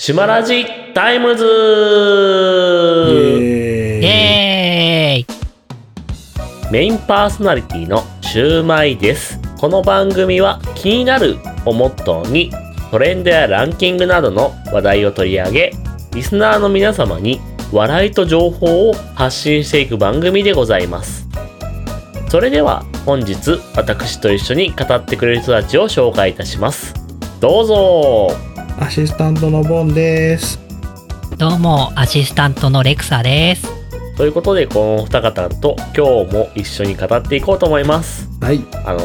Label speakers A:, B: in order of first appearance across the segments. A: シュマラジタイムズ
B: え
C: イエーイ
A: メインパーソナリティのシューマイです。この番組は気になるをモットーにトレンドやランキングなどの話題を取り上げ、リスナーの皆様に笑いと情報を発信していく番組でございます。それでは本日私と一緒に語ってくれる人たちを紹介いたします。どうぞ
B: アシスタントのボンです。
C: どうも、アシスタントのレクサです。
A: ということでこのお二方と今日も一緒に語っていこうと思います。
B: はい。
A: あの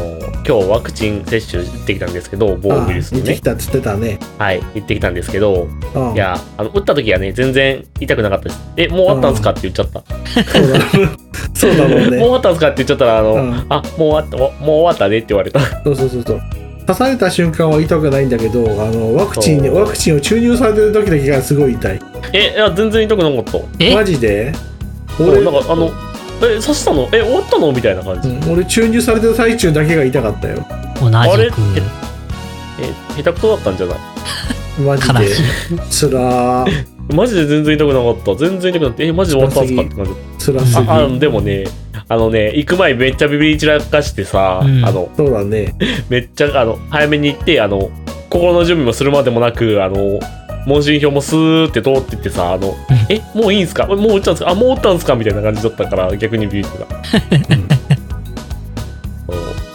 A: 今日ワクチン接種行ってきたんですけど、
B: あ
A: 某ウイルス
B: ー
A: に
B: 見て
A: ね
B: き。たっつってたね。
A: はい、行ってきたんですけど、
B: うん
A: いや、あの、打った時はね、全然痛くなかったです。え、もう終わったんですかって言っちゃった。
B: そうだ。 そうだもん
A: もう終
B: ね。
A: わったんですかって言っちゃったら、あの、
B: うん
A: あ、もう終わった、おもう終わったねって言われた。
B: そうそうそうそう。刺された瞬間は痛くないんだけど、あのワクチンに
A: そう
B: ワクチンを注入されてる時だけがすごい痛い。
A: え、いや、全然痛くなかった。
C: え
B: マジで？
A: そう
B: 俺
A: なんか、あの、え、刺したのえ、終わったのみたいな感
B: う
A: じ。
B: ん俺注入されてる最中だけが痛かったよ。
C: 同
A: あれ
C: じ
A: っ
C: く
A: て。え、下手くそだったんじゃない
B: マジで
C: 悲しい。。
B: つらー
A: マジで全然痛くなかった。全然痛くなって、え、マジで終わったんですかって感じ。
B: つらすぎ。
A: あ、あでもね、あのね、行く前めっちゃビビり散らかしてさ、
C: うん
A: あの、
B: そうだね。
A: めっちゃあの早めに行ってあの心の準備もするまでもなくあの問診票もスーって通ってってさあの「えもういいんすかもう打ったんですかあもう打ったんですか?」みたいな感じだったから逆にビビってた、そう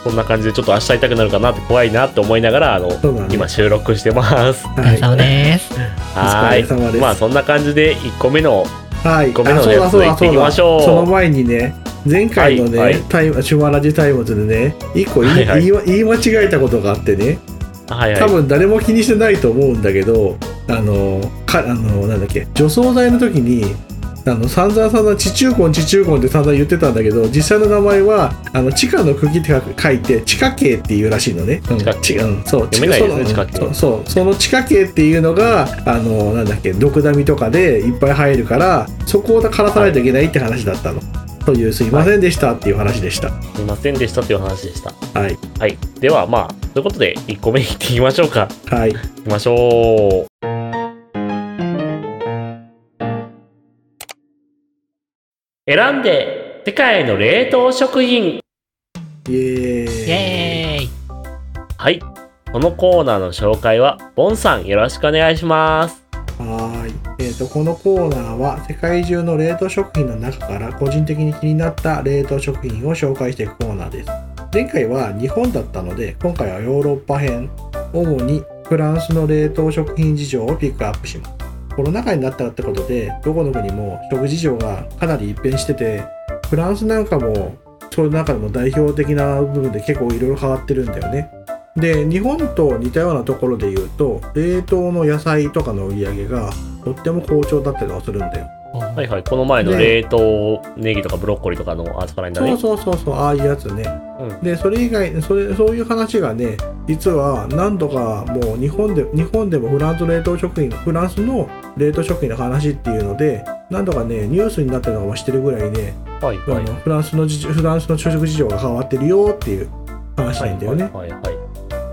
A: そんな感じでちょっと明日痛くなるかなって怖いなって思いながらあの
B: そうだね。
A: 今収録してます
C: お疲
B: は
C: れ
B: い。
C: 様です。
A: は
B: お疲れ様
A: ー
B: で
A: い
B: す
A: まあそんな感じで1個目の
B: はい、
A: ごめんなさい
B: あそうだ
A: やつ行ってきましょう
B: その前にね、前回のね、
A: はいはい
B: タイムシュマラジタイムズでね、一個言い,、
A: はいはい
B: 言いわ言い間違えたことがあってね、
A: はいはい
B: 多分誰も気にしてないと思うんだけど、あの、かあのなんだっけ、除草剤の時に、あの散々散々地中根地中根って散々言ってたんだけど実際の名前はあの地下の茎って書く書いて地下茎っていうらしいのね、うん、
A: 地下茎
B: ちうんそう
A: 読めないですね地
B: そう
A: 下茎
B: そうそうその地下茎っていうのがあのなんだっけ毒ダミとかでいっぱい入るからそこを枯らさないといけないって話だったの、というすいませんでしたっていう話でした
A: すいませんでしたという話でした
B: はい
A: はいではまあということで1個目いってみましょうか
B: はい
A: 行きましょう。選んで世界の冷凍食品
B: イエーイ
C: イエーイ
A: はい。このコーナーの紹介は、ボンさんよろしくお願いします。
B: はーい、えー、とこのコーナーは世界中の冷凍食品の中から個人的に気になった冷凍食品を紹介していくコーナーです前回は日本だったので今回はヨーロッパ編主にフランスの冷凍食品事情をピックアップしますコロナ禍になったってことでどこの国も食事情がかなり一変しててフランスなんかもその中でも代表的な部分で結構いろいろ変わってるんだよねで日本と似たようなところで言うと冷凍の野菜とかの売り上げがとっても好調だったりはするんだよ、
A: はいはい。この前の
B: ね
A: 冷凍ネギとかブロッコリーとかのアスパラにだね。
B: そうそうそうそうああいうやつね
A: うん
B: でそれ以外それそういう話がね実は何度かもう日本で日本でもフランス冷凍食品フランスの冷凍食品の話っていうので何度かねニュースになってるのもしてるぐらいね
A: はい
B: あの
A: はい。
B: フランスの事情フランスの朝食事情が変わってるよっていう話なんだよね、
A: はいはいはい。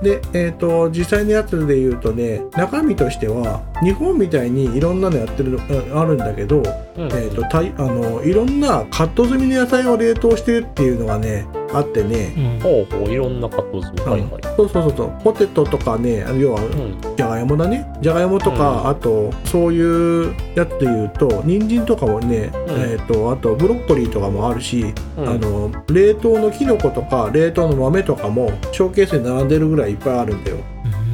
B: で、えー、と実際のやつで言うとね中身としては日本みたいにいろんなのやってるのうんあるんだけど、
A: うん
B: えー、とたいあのいろんなカット済みの野菜を冷凍してるっていうのがねあってね、
C: うん
A: ほうほう、いろんなカットする。はいはい。
B: そうそうそうそうポテトとかねあの要は
A: うん。
B: じゃがいもだねじゃがいもとか、
A: うん
B: あとそういうやつで言うと人参とかもね、
A: うん
B: えー、とあとブロッコリーとかもあるし、
A: うん
B: あの冷凍のキノコとか冷凍の豆とかもショーケースに並んでるぐらいいっぱいあるんだよ。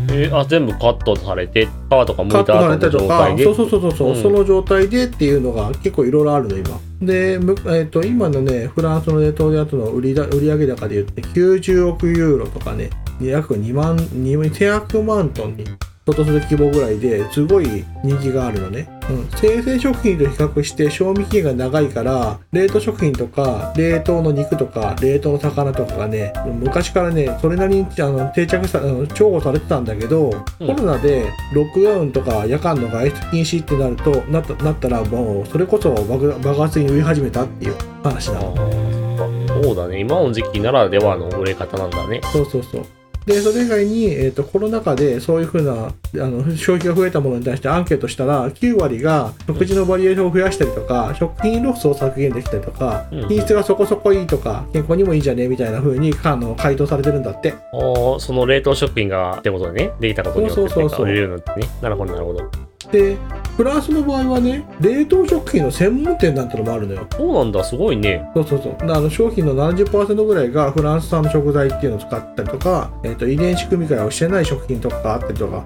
A: えーあ、全部カットされて、皮とか剥
B: カッ
A: い
B: トさ
A: た後
B: れた
A: の
B: りと
A: 状
B: か
A: 態、で。
B: そうそうそうそう、
A: うん
B: その状態でっていうのが結構いろいろあるの今。で、むえっと今のね、フランスの冷凍のやつの売りだ売上高で言って90億ユーロとかね、約2万、2万200万トンに相当する規模ぐらいですごい人気があるのね、うん、生鮮食品と比較して賞味期限が長いから冷凍食品とか冷凍の肉とか冷凍の魚とかがね昔からねそれなりにあの定着さあの重宝されてたんだけど、
A: うん
B: コロナでロックダウンとか夜間の外出禁止ってなるとなったなったらもうそれこそ爆爆発に売り始めたっていう話なの
A: あーそうだね。今の時期ならではの売れ方なんだね。
B: そうそうそうでそれ以外に、えー、とコロナ禍でそういうふうなあの消費が増えたものに対してアンケートしたら9割が食事のバリエーションを増やしたりとか食品ロスを削減できたりとか
A: うん
B: 品質がそこそこいいとか健康にもいいじゃねみたいな風にあの回答されてるんだって
A: おーその冷凍食品がってことでねできたことによって
B: そうそうそうそう
A: っていかいうのねなるほどなるほど
B: でフランスの場合はね冷凍食品の専門店なんてのもあるのよ
A: そうなんだすごいね
B: そうそうそうあの商品の70%ぐらいがフランス産の食材っていうのを使ったりとか、えー、と遺伝子組み換えをしてない食品とかあったりとか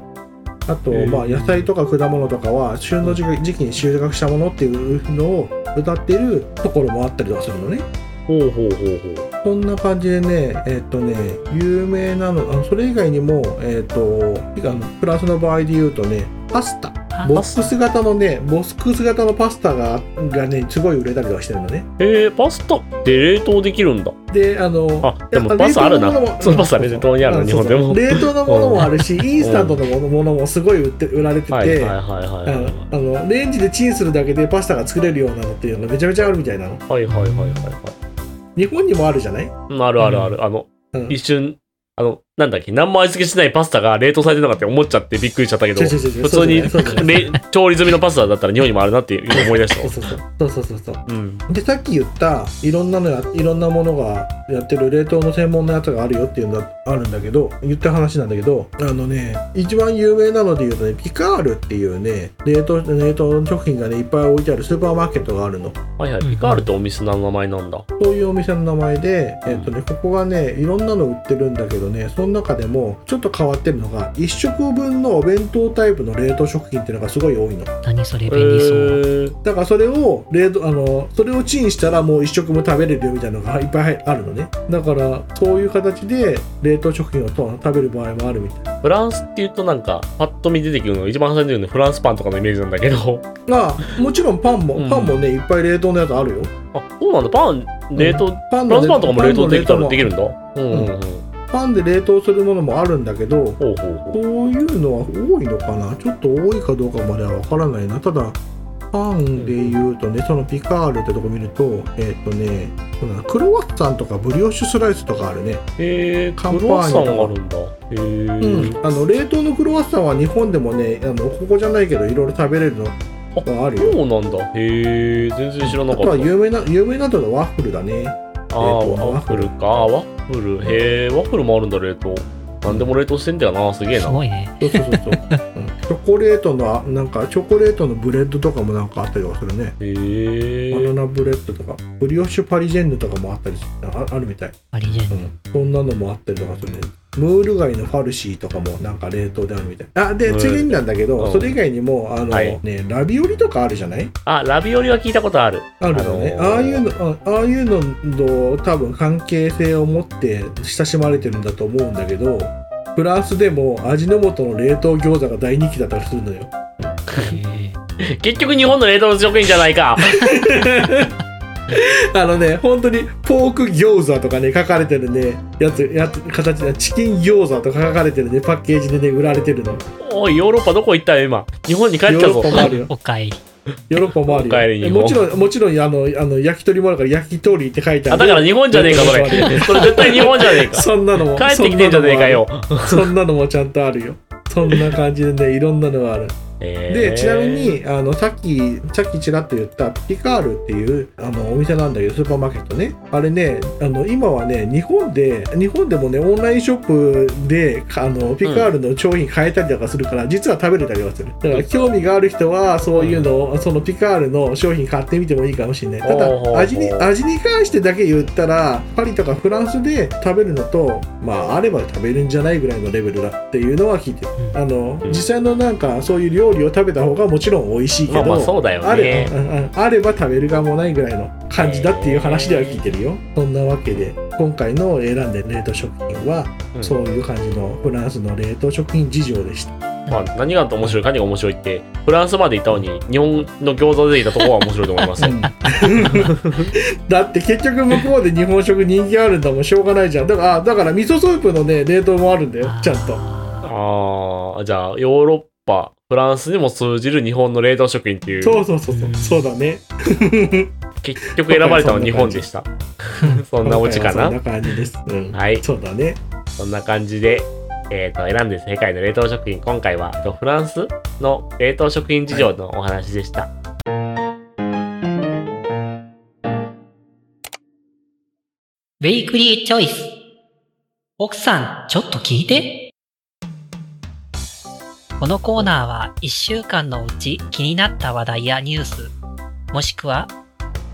B: あと、
A: へー
B: まあ、野菜とか果物とかは旬の時期時期に収穫したものっていうのを歌っているところもあったりとかするのね
A: ほうほうほうほう
B: そんな感じでねえっ、とね有名なのあのそれ以外にもえっ、とあのフランスの場合で言うとねパスタ
C: あ
B: ボックス型のねボックス型のパスタががねすごい売れたりとかしてるのね
A: えー、パスタって冷凍できるんだ
B: であの
A: あでもパスタあるなそのパスタ冷凍にあるの日本でも
B: 冷凍のものもあるし、インスタントのものものもすごい売って売られてて、
A: はいはいはいはいはい
B: うんあのレンジでチンするだけでパスタが作れるようなのっていうのがめちゃめちゃあるみたいなの
A: はいはいはいはいは
B: 日本にもあるじゃない、
A: いうんあるあるあるあの
B: うん、
A: 一瞬あのなんだっけ何も味付けしてないパスタが冷凍されてるのかって思っちゃってびっくりしちゃったけど
B: 違う違う違う
A: 普通に
B: そうじゃないそうじゃない
A: れ調理済みのパスタだったら日本にもあるなっていう思い出し
B: そう
A: た
B: そうそうそうそうそうそ
A: うん
B: うでさっき言ったいろんなのやいろんなものがやってる冷凍の専門のやつがあるよっていうのがあるんだけど言った話なんだけどあのね一番有名なので言うとねピカールっていうね冷凍冷凍食品がねいっぱい置いてあるスーパーマーケットがあるの
A: はいはい
C: うん
A: ピカールってお店の名前なんだ
B: そういうお店の名前で、えっとね、ここがねいろんなの売ってるんだけどねその中でもちょっと変わってるのが1食分のお弁当タイプの冷凍食品っていうのがすごい多いのだ
C: 何それ
A: え
C: 便利そう。
A: ー、
B: からそれを冷凍あのそれをチンしたらもう1食も食べれるよみたいなのがいっぱいあるのねだからそういう形で冷凍食品をと食べる場合もあるみたい
A: フランスっていうとなんかパッと見出てくるの一番最初に出てくるのフランスパンとかのイメージなんだけ ど
B: まあもちろんパンも、
A: うん
B: パンもねいっぱい冷凍のやつあるよ
A: あそうなんだパン冷凍、フ
B: パン
A: ラ
B: の
A: ンス
B: ね
A: パンとかも冷凍できたらでき
B: パンの冷凍も
A: るんだうんうんうん
B: パンで冷凍するものもあるんだけど
A: ほうほうほう
B: こういうのは多いのかなちょっと多いかどうかまではわからないな。ただ、パンで言うとね、そのピカールってとこ見ると、えっ、とね、そうだなクロワッサンとかブリオッシュスライスとかあるね。
A: へえク
B: カンパーニュ
A: ロワッサンがあるんだへえ、
B: うん。あの、冷凍のクロワッサンは日本でもね、あのここじゃないけど、いろいろ食べれるのがあるよ。
A: そうなんだへえ全然知らな
B: あ
A: か
B: と
A: った
B: は有名な、有名なのがワッフルだね。
A: ああ、
B: 冷凍の
A: ワッフルか。ワッフル。へえ、ワッフルもあるんだ、冷凍。なんでも冷凍してんだよな、すげえ
C: す
A: な。
C: ごいね。
B: そ うそうそうそう、うんチョコレートの、あなんか、チョコレートのブレッドとかもなんかあったりとかするね。
A: へ
B: バナ
A: え。
B: ナブレッドとか、ブリオッシュパリジェンヌとかもあったりすああるみたい。
C: アリジェンヌ。
B: そんなのもあったりとかするね。ムール貝のファルシーとかもなんか冷凍であるみたい。あ、で、
A: ムール
B: 次になんだけど、
A: うん
B: それ以外にも、あの、
A: はい
B: ね、ラビオリとかあるじゃない
A: あ、ラビオリは聞いたことある。
B: あるのね。
A: あのー
B: ああいうの、あああいうのと多分関係性を持って親しまれてるんだと思うんだけど、フランスでも味の素の冷凍餃子が大人気だったりするのよ。
C: へ
A: 結局、日本の冷凍の食品じゃないか。
B: あのね、本当にポーク餃子とかね、書かれてるね、やつ、やつ、形で、チキン餃子とか書かれてるね、パッケージでね、売られてるの。
A: おい、ヨーロッパどこ行ったよ、今。日本に帰っ
B: ヨ
A: た
B: ー
A: ぞ
B: ロッパ。もあるよ
C: ー。おかえり。
B: ヨーロッパもあるよ
A: お帰りにも
B: もちろん、もちろん、あの、あの焼き鳥もあるから、焼き鳥って書いてあ
A: あ、だ
B: る。
A: から日本じゃねえか、それ。それ絶対日本じゃねえか。
B: そんなのも。
A: 帰ってきてんじゃねえかよ。
B: そんなのもある。そんなのもちゃんとあるよ。そんな感じでね、いろんなのがある。
A: で
B: で、ちなみ、に、あの、さっき、さっきちらっと言った、ピカールっていう、あの、お店なんだけど、スーパーマーケットね。あれね、あの、今はね、日本で、日本でもね、オンラインショップで、あの、ピカールの商品買えたりとかするから、実は食べれたりはする。だから、興味がある人は、そういうのを、そのピカールの商品買ってみてもいいかもしれない。た
A: ほうほうほう
B: だ、味に、味に関してだけ言ったら、パリとかフランスで食べるのと、まあ、あれば食べるんじゃないぐらいのレベルだっていうのは聞いてる。あの、
A: うん
B: 実際のなんかそういう料理を食べた方がもちろん美味しいけ
A: ま
B: ど、
A: あまあ、そうだよ
B: あれ
A: ね
B: う。んうんあれば食べる側もないぐらいの感じだっていう話では聞いてるよ。そんなわけで今回の選んで冷凍食品は、
A: うん
B: そういう感じのフランスの冷凍食品事情でした。
A: まあ、何があって面白いかに面白いって、フランスまで行ったのに、日本の餃子でいたとこは面白いと思い ますよ。
B: だって結局向こうで日本食人気あるんだもんしょうがないじゃん。だからあだから味噌スープのね冷凍もあるんだよちゃんと。
C: と。
A: ああ、じゃあ、ヨーロッパ、フランスにも通じる日本の冷凍食品っていう、
B: そうそうそうそう、
C: うん
B: そうだね。
A: 結 局選ばれたのは日本でした。そんなオチか
B: 今
A: な
B: 回はそんな感じです。うん
A: はい。
B: そうだね。
A: そんな感じで、えー、と選んで世界の冷凍食品今回は、えっとフランスの冷凍食品事情のお話でした。
C: ウェイクリーチョイス。奥さん、ちょっと聞いて。このコーナーは1週間のうち気になった話題やニュース、もしくは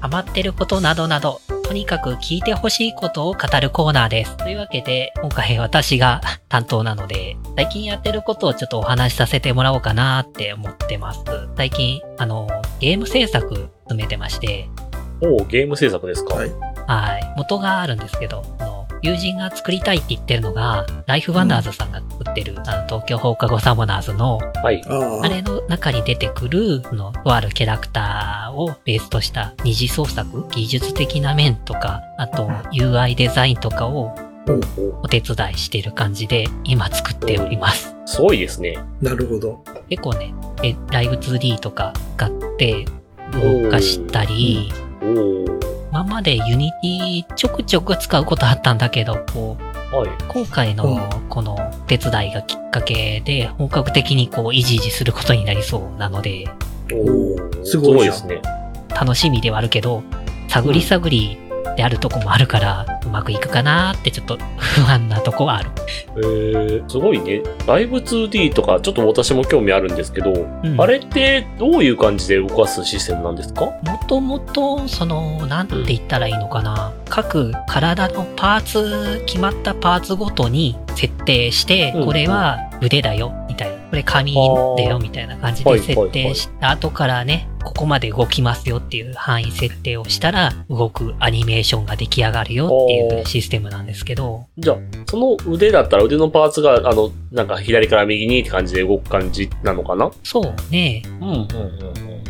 C: ハマってることなどなど、とにかく聞いてほしいことを語るコーナーです。というわけで、今回私が 担当なので、最近やってることをちょっとお話しさせてもらおうかなって思ってます。最近、あの、ゲーム制作進めてまして、
A: おお、ゲーム制作ですか。
B: はい
C: はい。元があるんですけど、あの友人が作りたいって言ってるのが、ライフワンダーズさんが作ってる、あの東京放課後サモナーズの、
A: はい。
B: あ
C: あれの中に出てくる、その、とあるキャラクターをベースとした二次創作、技術的な面とか、あと
B: うん
C: UI デザインとかを
A: おお
C: お手伝いしている感じで、今作っております。
A: すごいですね。
B: なるほど。
C: 結構ね、えライブ 2D とか使って動かしたり、
A: おお。
C: 今までユニティちょくちょく使うことあったんだけど、こう、
A: はい。
C: 今回のこの手伝いがきっかけで本格的にこういじいじすることになりそうなので
A: お
B: お
A: お。
B: おすごいじ
A: で
B: ゃん
A: すね。
C: 楽しみではあるけど探り探りであるとこもあるからうまくいくかなーってちょっと不安なとこはある。
A: えー、すごいね。ライブ 2D とか、ちょっと私も興味あるんですけど、
C: うん
A: あれってどういう感じで動かすシステムなんですか
C: もともとそのなんて言ったらいいのかな各体のパーツ決まったパーツごとに設定して
A: うん
C: これは腕だよみたいなこれ髪だよ
A: あー
C: みたいな感じ
A: は
C: で
A: いはい
C: 設定した後からねここまで動きますよっていう範囲設定をしたら動くアニメーションが出来上がるよってい
A: あー
C: うシステムなんですけど
A: じゃあ、その腕だったら腕のパーツが、あの、なんか左から右にって感じで動く感じなのかな
C: そうね
A: うんうんうんう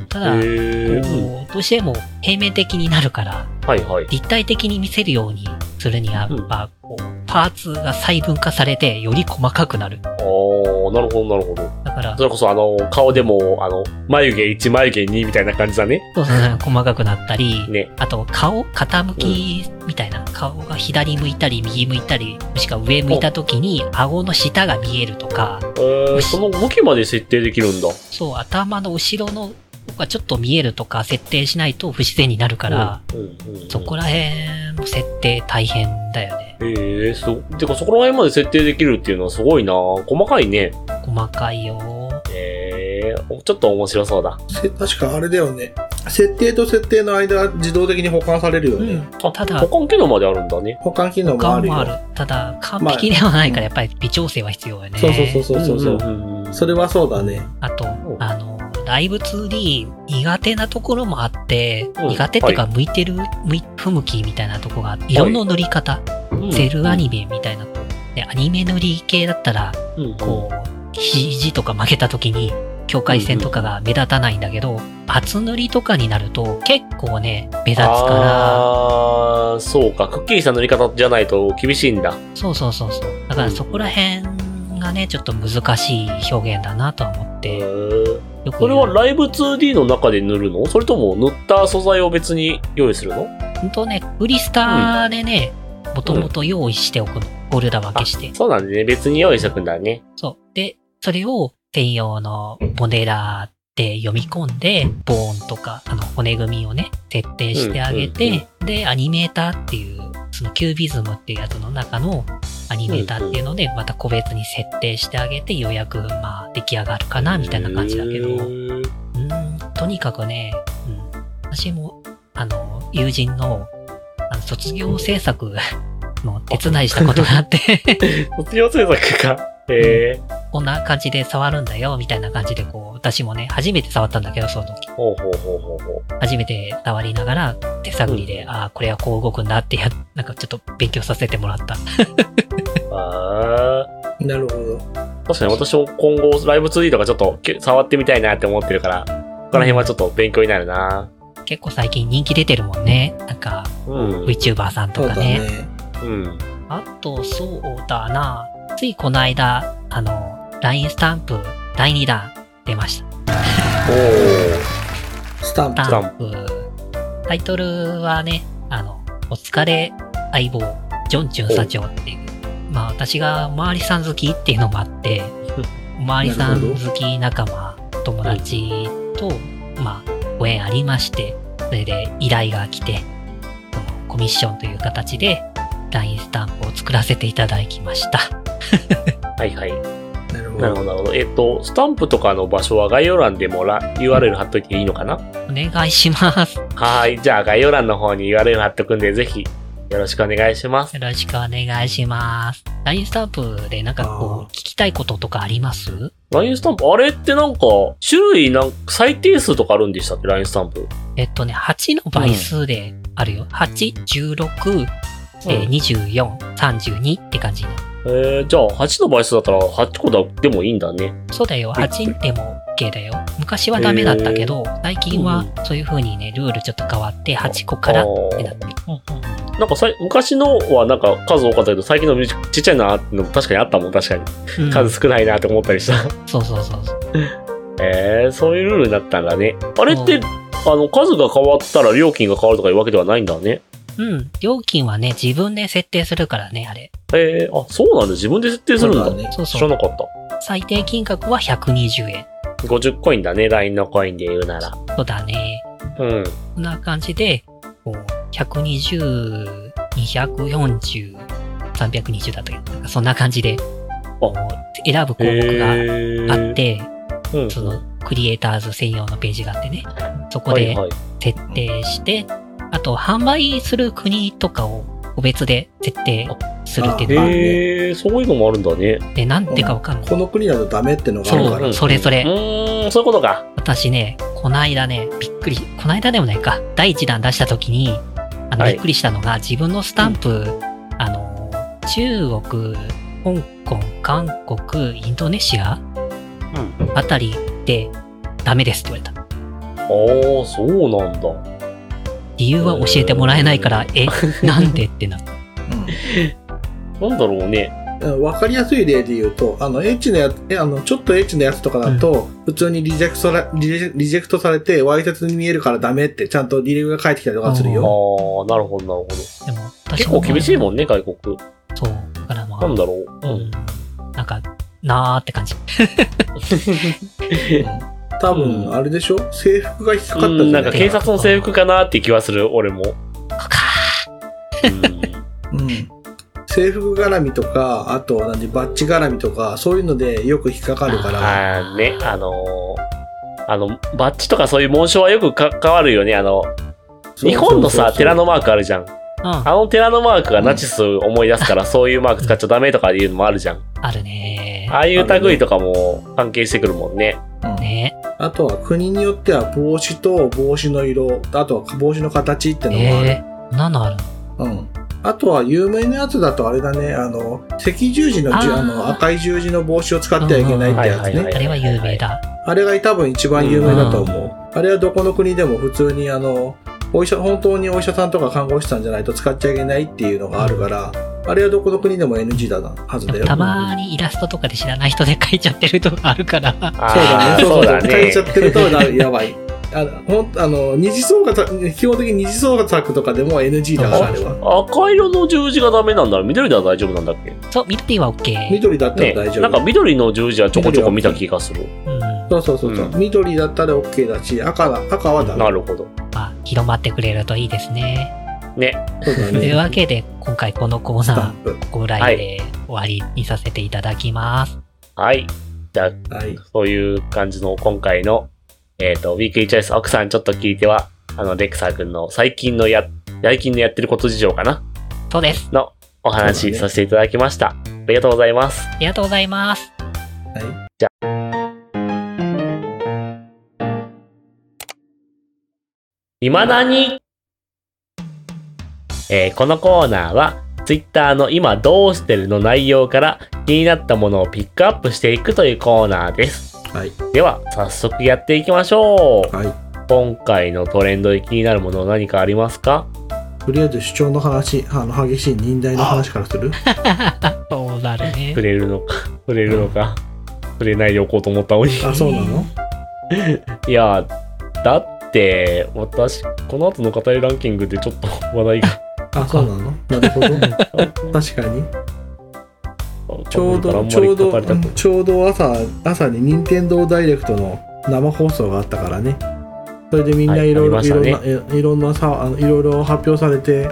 A: ん。
C: ただ
A: へ
C: こ
A: ーうん
C: うどうしても平面的になるから
A: はいはい。
C: 立体的に見せるようにするには、
A: うん
C: まあこうパーツが細分化されてより細かくなる。
A: あー、なるほどなるほど。
C: だから
A: そ、れこそあの、顔でも、あの、眉毛1、眉毛2みたいな感じだね。
C: そうそうそう 細かくなったり、
A: ね。
C: あと顔傾きみたいな、顔が左向いたり右向いたり、もしくは上向いた時に顎の下が見えるとか、
A: えー、その動きまで設定できるんだ。
C: そう頭の後ろのがちょっと見えるとか設定しないと不自然になるから、
A: うん、うんうんうん
C: そこら辺の設定大変だよね。
A: えー、そう。てか、そこら辺まで設定できるっていうのはすごいな細かいね。
C: 細かいよ。
A: えー、ちょっと面白そうだ。
B: せ確かあれだよね。設定と設定の間、自動的に保管されるよね。
A: あ、
C: ただ
A: 保管機能まであるんだね。
B: 保管機能もあ
C: 感
B: るよ。
C: もある。ただ、完璧ではないから、やっぱり微調整は必要よね。
B: そうそうそうそうそう。
A: んんん
B: それはそうだね。
C: あと
A: う、ん
C: あの、ライブ 2D 苦手なところもあって、
A: うん
C: 苦手っていうか、向いてる、向い不向きみたいなとこがあって、色の塗り方、
A: うん
C: セルアニメみたいな、でアニメ塗り系だったら、
A: うん
C: こう、肘とか曲げた時に、境界線とかが目立たないんだけど、厚塗りとかになると結構ね、目立つから、
A: あーそうか。くっきりした塗り方じゃないと厳しいんだ。
C: そうそうそうそう。だからそこら辺がね、ちょっと難しい表現だなとは思っ
A: へ
C: て、
A: ー
C: よく
A: それはライブ 2D の中で塗るのそれとも塗った素材を別に用意するの
C: ほんとね、クリスタでね、もともと用意しておくの。フォルダ分けして。
A: そうなんでね。別に用意しとくんだね。
C: そう。で、それを専用のモデラーって読み込んで、ボーンとか、あの、骨組みをね、設定してあげ
A: うんうん
C: て、で、アニメーターっていう、そのキュービズムっていうやつの中のアニメーターっていうので、また個別に設定してあげて、ようやく、まあ、出来上がるかな、みたいな感じだけど。
A: へー
C: うーんとにかくね、うん、私もあの友人のあの卒業制作の手伝いしたことがあって
A: 卒業制作か。へえ。
C: こんな感じで触るんだよみたいな感じでこう私もね初めて触ったんだけどその時
A: ほうほうほうほうほう。
C: 初めて触りながら手探りで、
A: うん
C: ああこれはこう動くんだってやなんかちょっと勉強させてもらった
A: あ
B: なるほど。
A: ー確かに私も今後ライブ 2D とかちょっとけ触ってみたいなって思ってるから、ここら辺はちょっと勉強になるな。
C: 結構最近人気出てるもんねなんか
A: うん。
C: VTuber さんと
B: そう
C: か
B: だ
C: ね
B: ね。
A: うん。
C: あと、そうだな。ついこの間、あの、LINE スタンプ第2弾出ました。
A: おー
B: スタンプ
C: ス
A: ス。
C: タ
A: タ
C: ン
A: ン
C: プ。タイトルはね、あの、お疲れ相棒、ジョンチュン社長っていう、まあ、私がおまわりさん好きっていうのもあって、おまわりさん好き仲間、友達と、まあ、ご縁ありまして、それで依頼が来て、そのコミッションという形で、LINE スタンプを作らせていただきました。
A: はいはい。
B: なるほ
A: なる
B: ど。
A: ほど、なるほど。えっと、スタンプとかの場所は概要欄でもら URL 貼っといていいのかな
C: お願いします。
A: はい。じゃあ概要欄の方に URL 貼っとくんで、ぜひよろしくお願いします。
C: よろしくお願いします。LINE スタンプでなんかこう
B: あー、
C: 聞きたいこととかあります
A: ラインスタンプ、あれってなんか、種類なんか、最低数とかあるんでしたっけラインスタンプ。
C: えっとね、8の倍数であるよ。8、16、えー
A: うん
C: 24、32って感じになる。
A: えー、じゃあ、8の倍数だったら8個だでもいいんだね。
C: そうだよ、
A: はい
C: 8でも OK だよ。昔はダメだったけど、最近はそういう風にね、ルールちょっと変わって8個から
A: あ
C: っ
A: ー
C: てなってる。
A: なんかさい昔のはなんか数多かったけど、最近のちっちゃいなってのも確かにあったもん、確かに。
C: うん
A: 数少ないなって思ったりした。
C: そうそうそうそう。
A: えー、そういうルールになったんだね。あれっ
C: う
A: て
C: ん、
A: あの、数が変わったら料金が変わるとかいうわけではないんだね。
C: うん、料金はね、自分で設定するからね、あれ。
A: えー、あ、そうなんだ。自分で設定するんだ。
B: そうだね
C: そう
A: 知
C: そ
A: ら
C: う。
A: なかった。
C: 最低金額は120円。
A: 50コインだね、LINE のコインで言うなら。
C: そうだね。
A: うん。
C: こんな感じで、こう、120、240、320だったけど、なんかそんな感じで、こう選ぶ項目があっ、て、
A: うん、
C: その、クリエイターズ専用のページがあってね、そこ
A: は
C: で
A: いはい。
C: 設定して、あと、販売する国とかを個別で設定するっていうのがあっ
A: えー、そういうのもあるんだね。
C: て、なんてかわかんない。
B: この国だとダメってのがあるか
C: そ
B: ら。
C: う、それぞ
A: う
C: れ。
A: ーん、そういうことか。
C: 私ね、こないだね、びっくり、こないだでもないか、第1弾出した時に、あの、
A: はい
C: びっくりしたのが、自分のスタンプ、あの、中国、香港、韓国、インドネシア
A: うん。
C: あたりで、ダメですって言われた。
A: ああ、そうなんだ。
C: 理由は教えてもらえないから、 え、なんでってなった。
A: なんだろうね。
B: うんわかりやすい例で言うと、あの、エッチなやつ、えあの、ちょっとエッチなやつとかだと、普通にリジェクトされ、リジェリジェクトされて、わいせつに見えるからダメって、ちゃんと理由が返ってきたりとかする
A: ああ
B: よ。、
A: なるほど、なるほど。
C: でも、私
A: 結構厳しいも
C: ん。
A: んね、外国。
C: そう、だからまあ、
A: なんだろう。う
C: うん
A: ん。
C: なんか、なーって感じ。
B: 多
A: う
B: 分、
A: ん
B: あれでしょ制服が引っかかった
A: うん
B: じゃ
A: ん、
B: な
A: ないんか警察の制服かなって気はする、俺も。
C: ここか
B: うん。制服絡みとか、あと、何、バッジ絡みとか、そういうのでよく引っかかるから、
A: ああね、あのーあの、バッジとかそういう紋章はよくか関わるよね。あの、
B: そう
A: 日本の
B: そうそう
A: さ、
B: そう
A: 寺のマークあるじゃん。
C: ー。うん、
A: あの寺のマークがナチスを思い出す から、そういうマーク使っちゃダメとかいうのもあるじゃん。
C: あるね
A: ああいう類とかも関係してくるもんね。
B: うん
C: ー。ね
B: あとは国によっては帽子と帽子の色、あとは帽子の形って
C: え
B: のもある。
C: えー。そんなのある
B: うん。あとは有名なやつだとあれだね、あの、赤十字のじゅ
C: あー
B: あの赤い十字の帽子を使ってはいけないってや
A: うんうん
B: つ
A: うんはいはいはい
B: ね。
C: あれは有名だ。
B: あれが多分一番有名だと思う。あれはどこの国でも普通にあの、お医者、本当にお医者さんとか看護師さんじゃないと使っちゃいけないっていうのがあるから、あれはどこの国でも NG だなはずだよ。
C: たまにイラストとかで知らない人で描いちゃってるとかあ るから。
B: そうだ
A: あ
B: ね。
A: ー
B: そうだね。使
A: ね
B: っちゃ。ってるとなやばい。あの、ほん、あの、二次創作、基本的に二次創作とかでも NG だからあれは。
A: 赤色の十字がダメなんだら緑では大丈夫なんだっけ
C: そう、ミルティは OK。
B: 緑だったら
A: ね
B: 大丈夫。
A: なんか緑の十字はちょこちょこ見た気がする。
C: うん。
B: そうそうそうそう、
A: う
B: 緑だったら OK だし赤だ赤はダメ
A: なるほど。
C: まあ、広まってくれるといいですね。
A: ね。
B: そうだ
C: という
B: ね
C: わけで、今回このコー
B: スタ
C: ナ
B: ンプ
C: ー、ご来で終わりにさせていただきます。
A: はい。じゃあ、
B: はい
A: そういう感じの今回の、えっ、と、ウィークリーチョイス、奥さんちょっと聞いては、あの、レクサ君の最近のや、最近のやってること事情かな
C: そうです。
A: のお話しさせていただきました。ありがとうございます。
C: ありがとうございます。
B: はい
A: 未だに、えーこのコーナーは Twitter の今どうしてるの内容から気になったものをピックアップしていくというコーナーです。
B: はい
A: では早速やっていきましょう。
B: はい
A: 今回のトレンドで気になるもの何かありますか
B: とりあえず主張の話あの激しい忍耐の話からする
C: そうなるね
A: 触。れるのか 触れるのか触れないでおこうと思ったのに。
B: あそうなの
A: いや、だって私、この後の語りランキングでちょっと話題が。
B: あそうなのなるほど確かにちょうどちょうどうんちょうど朝朝に任天堂ダイレクトの生放送があったからねそれでみんな
A: はい
B: いろいろ、
A: あ
B: い
A: りま
B: ろん
A: し
B: なえいろんなさあのいろいろ発表されて、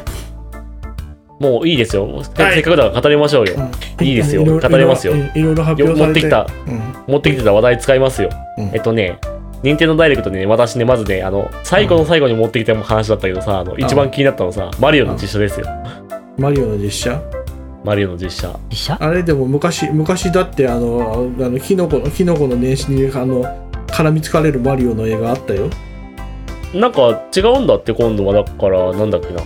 A: もういいですよ。せ
B: はい
A: せっかくだから語りましょうよ。
B: うん
A: いいですよ
B: いろいろ
A: 語れますよ
B: いろいろいろいろ発
A: よ
B: 表さ
A: 持っ
B: れ
A: て
B: て
A: きた、
B: うん
A: 持ってきてた話題使いますよ。
B: うん
A: えっとね、任天堂ダイレクトでね、私ね、まずね、あの、最後の最後に持ってきた話だったけどさ、あの、一番気になったのさ、マリオの実写ですよ。
B: マリオの実写
A: マリオの実写。
C: 実写
B: あれでも昔昔だってあのあのキノコのキノコの年始にあの絡みつかれるマリオの映画あったよ
A: なんか違うんだって、今度は。だから、なんだっけな。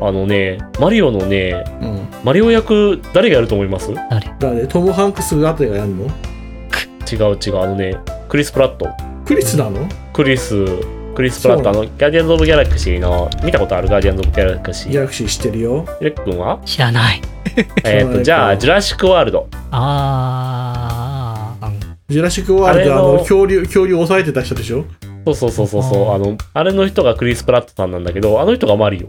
A: あのね、マリオのね、
B: うん
A: マリオ役、誰がやると思います違
C: 誰
B: だからねトム・ハンクスあたりがやるの
A: う違う、あのね、クリス・プラット。
B: クリスなの
A: クリス、クリス・プラット、あ
B: そう
A: の、ガーディアンズ・オブ・ギャラクシーの、見たことあるガーディアンズ・オブ・ギャラクシ
B: ギャ
A: ー。
B: ラクシー知ってるよ
A: レックン は
C: 知らない。
A: えっと、じゃあ、ジュラシック・ワールド。
C: あー。
B: ジュラシック・ワールド
A: あ
B: あ
A: れの
B: の恐竜恐竜抑えてた人でしょ
A: そうそうそうそうそう
C: あー
A: あのあれの人がクリス・プラットさんなんだけどあの人がマリオ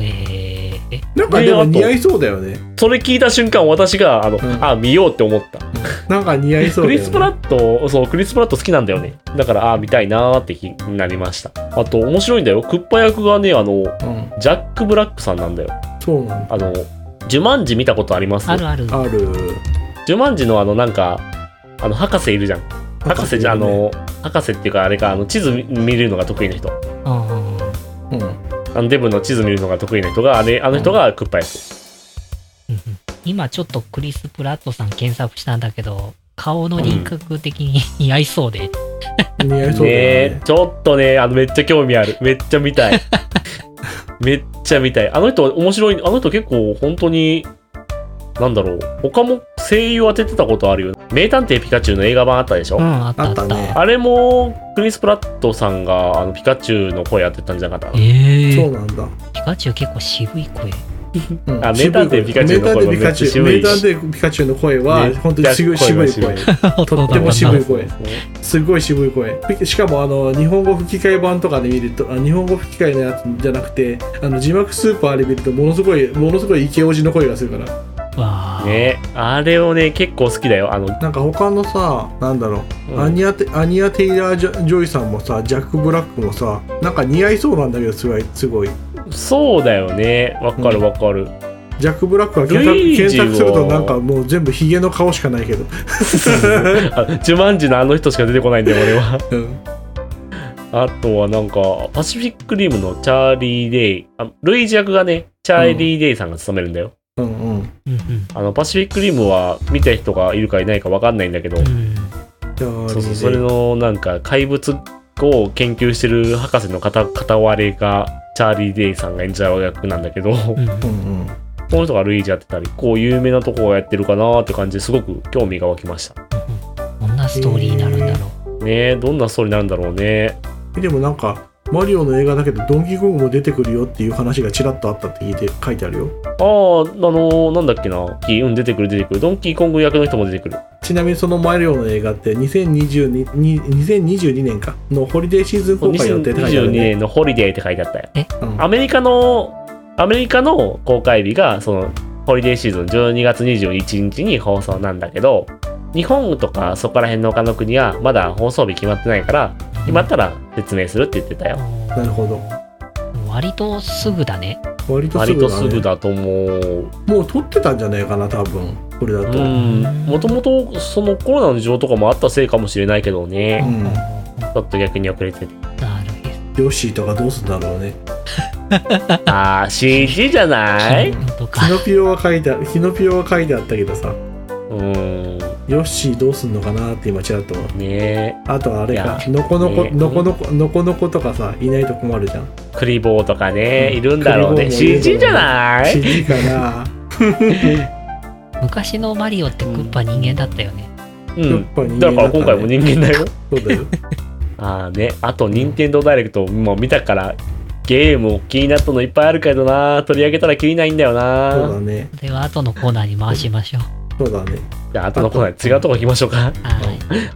C: えー、え、
B: なんか
A: ね
B: で
A: あ
B: も
A: と
B: 似合いそうだよね
A: それ聞いた瞬間私があの、
B: ん
A: あ見ようって思った、
B: なんか似合いそう
A: ク
B: だ
A: リ
B: よ、ね、
A: ス・プラットそうクリス・プラット好きなんだよねだからあ見たいなーって気になりましたあと面白いんだよクッパ役がねあの
B: うん
A: ジャック・ブラックさんなんだよ
B: そうなんだ
A: あのジュマンジ見たことあります
C: あるある。
B: ある
A: ジュマンジのあのなんかあの博士いるじゃん博士じゃあの博士っていうかあれかあの地図見見るのが得意な人
C: うんうんうん。
B: うん
A: あのデブの地図見るのが得意な人があれあの人がクッパ役
C: 今ちょっとクリス・プラットさん検索したんだけど、顔の輪郭的に 似合いそうで、
B: 似合いそ
A: ね
B: うだよね
A: えちょっとねあのめっちゃ興味あるめっちゃ見たいめっちゃ見たいあの人面白いあの人結構本当になんだろう他も声優当ててたことあるよ名探偵ピカチュウの映画版あったでしょ、
C: うん、あったあ
B: あ
C: っ。
B: ったたね
A: あれもクリス・プラットさんがあのピカチュウの声当てたんじゃなかったかな
C: え
B: そう
C: ー、
B: なんだ、
C: ピカチュウ結構渋い声。
B: うん
A: あ名探偵ピカチュウの声も
B: 名探偵ピカチュウ
A: めっ
B: 名
A: ちゃ
B: 探
A: 渋
B: 偵ピカチュウの声は
A: めっちゃ
B: 本当にすごい渋い
A: 声
B: 声
A: が
B: とっても渋い声
A: そう
B: すごい渋い声ピしかもあの日本語吹き替え版とかで見るとあ日本語吹き替えのやつじゃなくてあの字幕スーパーで見るとものすごいものすごいイケオジの声がするから
C: わー。
A: ねあれをね結構好きだよあの、
B: なんか他のさなんだろう、
A: うん
B: アニアテアニア・テイラージョ・ジョイさんもさジャック・ブラックもさなんか似合いそうなんだけどすごいすごい
A: そうだよねわかるわかる、
B: ジャック・ブラックは検索
A: ルイージは
B: 検索するとなんかもう全部ヒゲの顔しかない けど、
A: あジュマンジのあの人しか出てこないんだよ俺は
B: うん、
A: あとはなんか、パシフィックリムのチャーリー・デイ、あルイージ役がね、チャーリー・デイさんが務めるんだよ。
B: うんうん
C: うんうん。
A: あの、パシフィックリムは見た人がいるかいないかわかんないんだけど、
C: うん、
B: じゃあ
A: そうそう、それのなんか怪物を研究してる博士の片片割れが、チャーリー・デイさんが演じた役なんだけど、 こ
C: うんうん
B: うんうん
A: の人がルイージやってたり、こう有名なとこをやってるかなーって感じですごく興味が湧きました。
C: どんなストーリーになるんだろう。
A: ねえ、どんなストーリーになるんだろうね。
B: えでもなんかマリオの映画だけどドンキーコングも出てくるよっていう話がちらっとあったって聞いて書いてあるよ
A: ああ、あのーなんだっけな。キーうん、出てくる出てくる。ドンキーコング役の人も出てくる。
B: ちなみにそのマリオの映画って2022に2022年かのホリデーシーズン公開予定って書いてあ
A: 2022
B: るね、
A: 年のホリデーって書いてあったよ。
B: うん
A: アメリカの、アメリカの公開日が、その、ホリデーシーズン12月21日に放送なんだけど、日本とかそこら辺の他の国はまだ放送日決まってないから、決まったら説明するって言ってたよ。
B: なるほど
C: 割とすぐだね。
B: 割とす
A: 割
B: ぐ
A: と
B: だ,、
A: す
B: ね、
A: ぐだと思う。
B: もう撮ってたんじゃないかな多分これだ
A: う
B: と、
A: ん。もともとそのコロナの事情とかもあったせいかもしれないけどね。
B: うん
A: ちょっと逆に遅れてて。
C: なるへ
B: ヨッシーとかどうすんだろうね
A: あー、CG じゃ ない
C: そ。とか
B: キ。ノピオが書いてあキノピオが書いてあったけどさ
A: うん。
B: ヨッシーどうすんのかなって今ちらっと思う
A: ね
B: あとあれか
A: い
B: ノコノコ
A: ね
B: ノコノコノコノコとかさいないと困るじゃん
A: クリボーとかね、
B: うん
A: いるんだろうね。
B: クリボーもいる
A: CG じゃない
B: 知事かな
C: 昔のマリオってクッパ人間だったよね。
A: う
B: やっ
A: ん。
B: ぱ人間
A: だから
B: ったね
A: 今回も人間だよ。
B: そうだよ
A: ああね、あと、任天堂ダイレクトも見たから、ゲームも気になったのいっぱいあるけどな、取り上げたらきりないんだよ
B: そうだ
A: な。
B: ね
C: では後のコーナーに回しましょう。
B: そうだね
A: じゃあ、後のコーナー、違うとこ行きましょうか。
C: はい。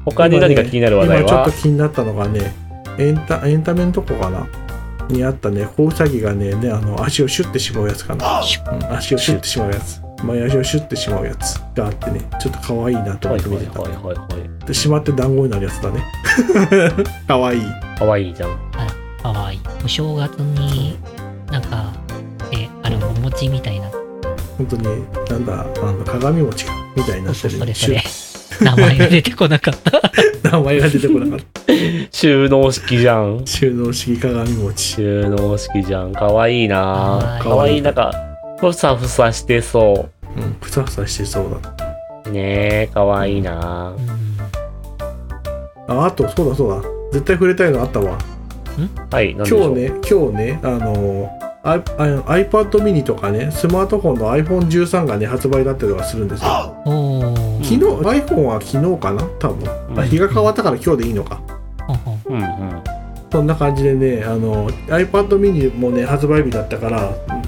A: 他に何か気になる話題
B: 今ちょっ
A: は
B: と、気になったのがねエンタエンタメのとこかなにあったね小ウサギがねねあの足をシュッてしまうやつかな、うん足をシュッてしまうやつ前足をシュッてしまうやつがあってねちょっと可愛いなと
A: は
B: 思
A: い
B: って
A: は
B: 見
A: い
B: てた、
A: はいはいはい。
B: でしまって団子になるやつだね可愛い
A: かわいいじゃん。
C: かわいい。お正月に、なんか、え、あの、お餅みたいな。
B: 本当になんだあの鏡餅かみたいになって
C: そう
B: る、
C: それそれ。名前が出てこなかった。
B: シュ ッ名前が出てこなかった
A: 収納式じゃん。
B: 収納式鏡餅
A: 収納式じゃん。かわいいな
C: はい
A: かわいい。なんか、ふさふさしてそ
B: うんふさふさしてそうだ
A: う。ねえ、かわいいな
C: うん
B: ああとそうだそうだ絶対触れたいのあったわ
A: はい、なんでし
B: 今
A: ょう。
B: 日ね今日ねあのああの iPad mini とかねスマートフォンの iPhone13 がね発売だったりとかするんですよ
C: おー。
B: 昨日 iPhone は昨日かな多分、あ
A: うん
B: 日が変わったから今日でいいのか
C: ほんほん
A: うんうん。
B: そんな感じでねあの iPad mini もね発売日だったからうんあ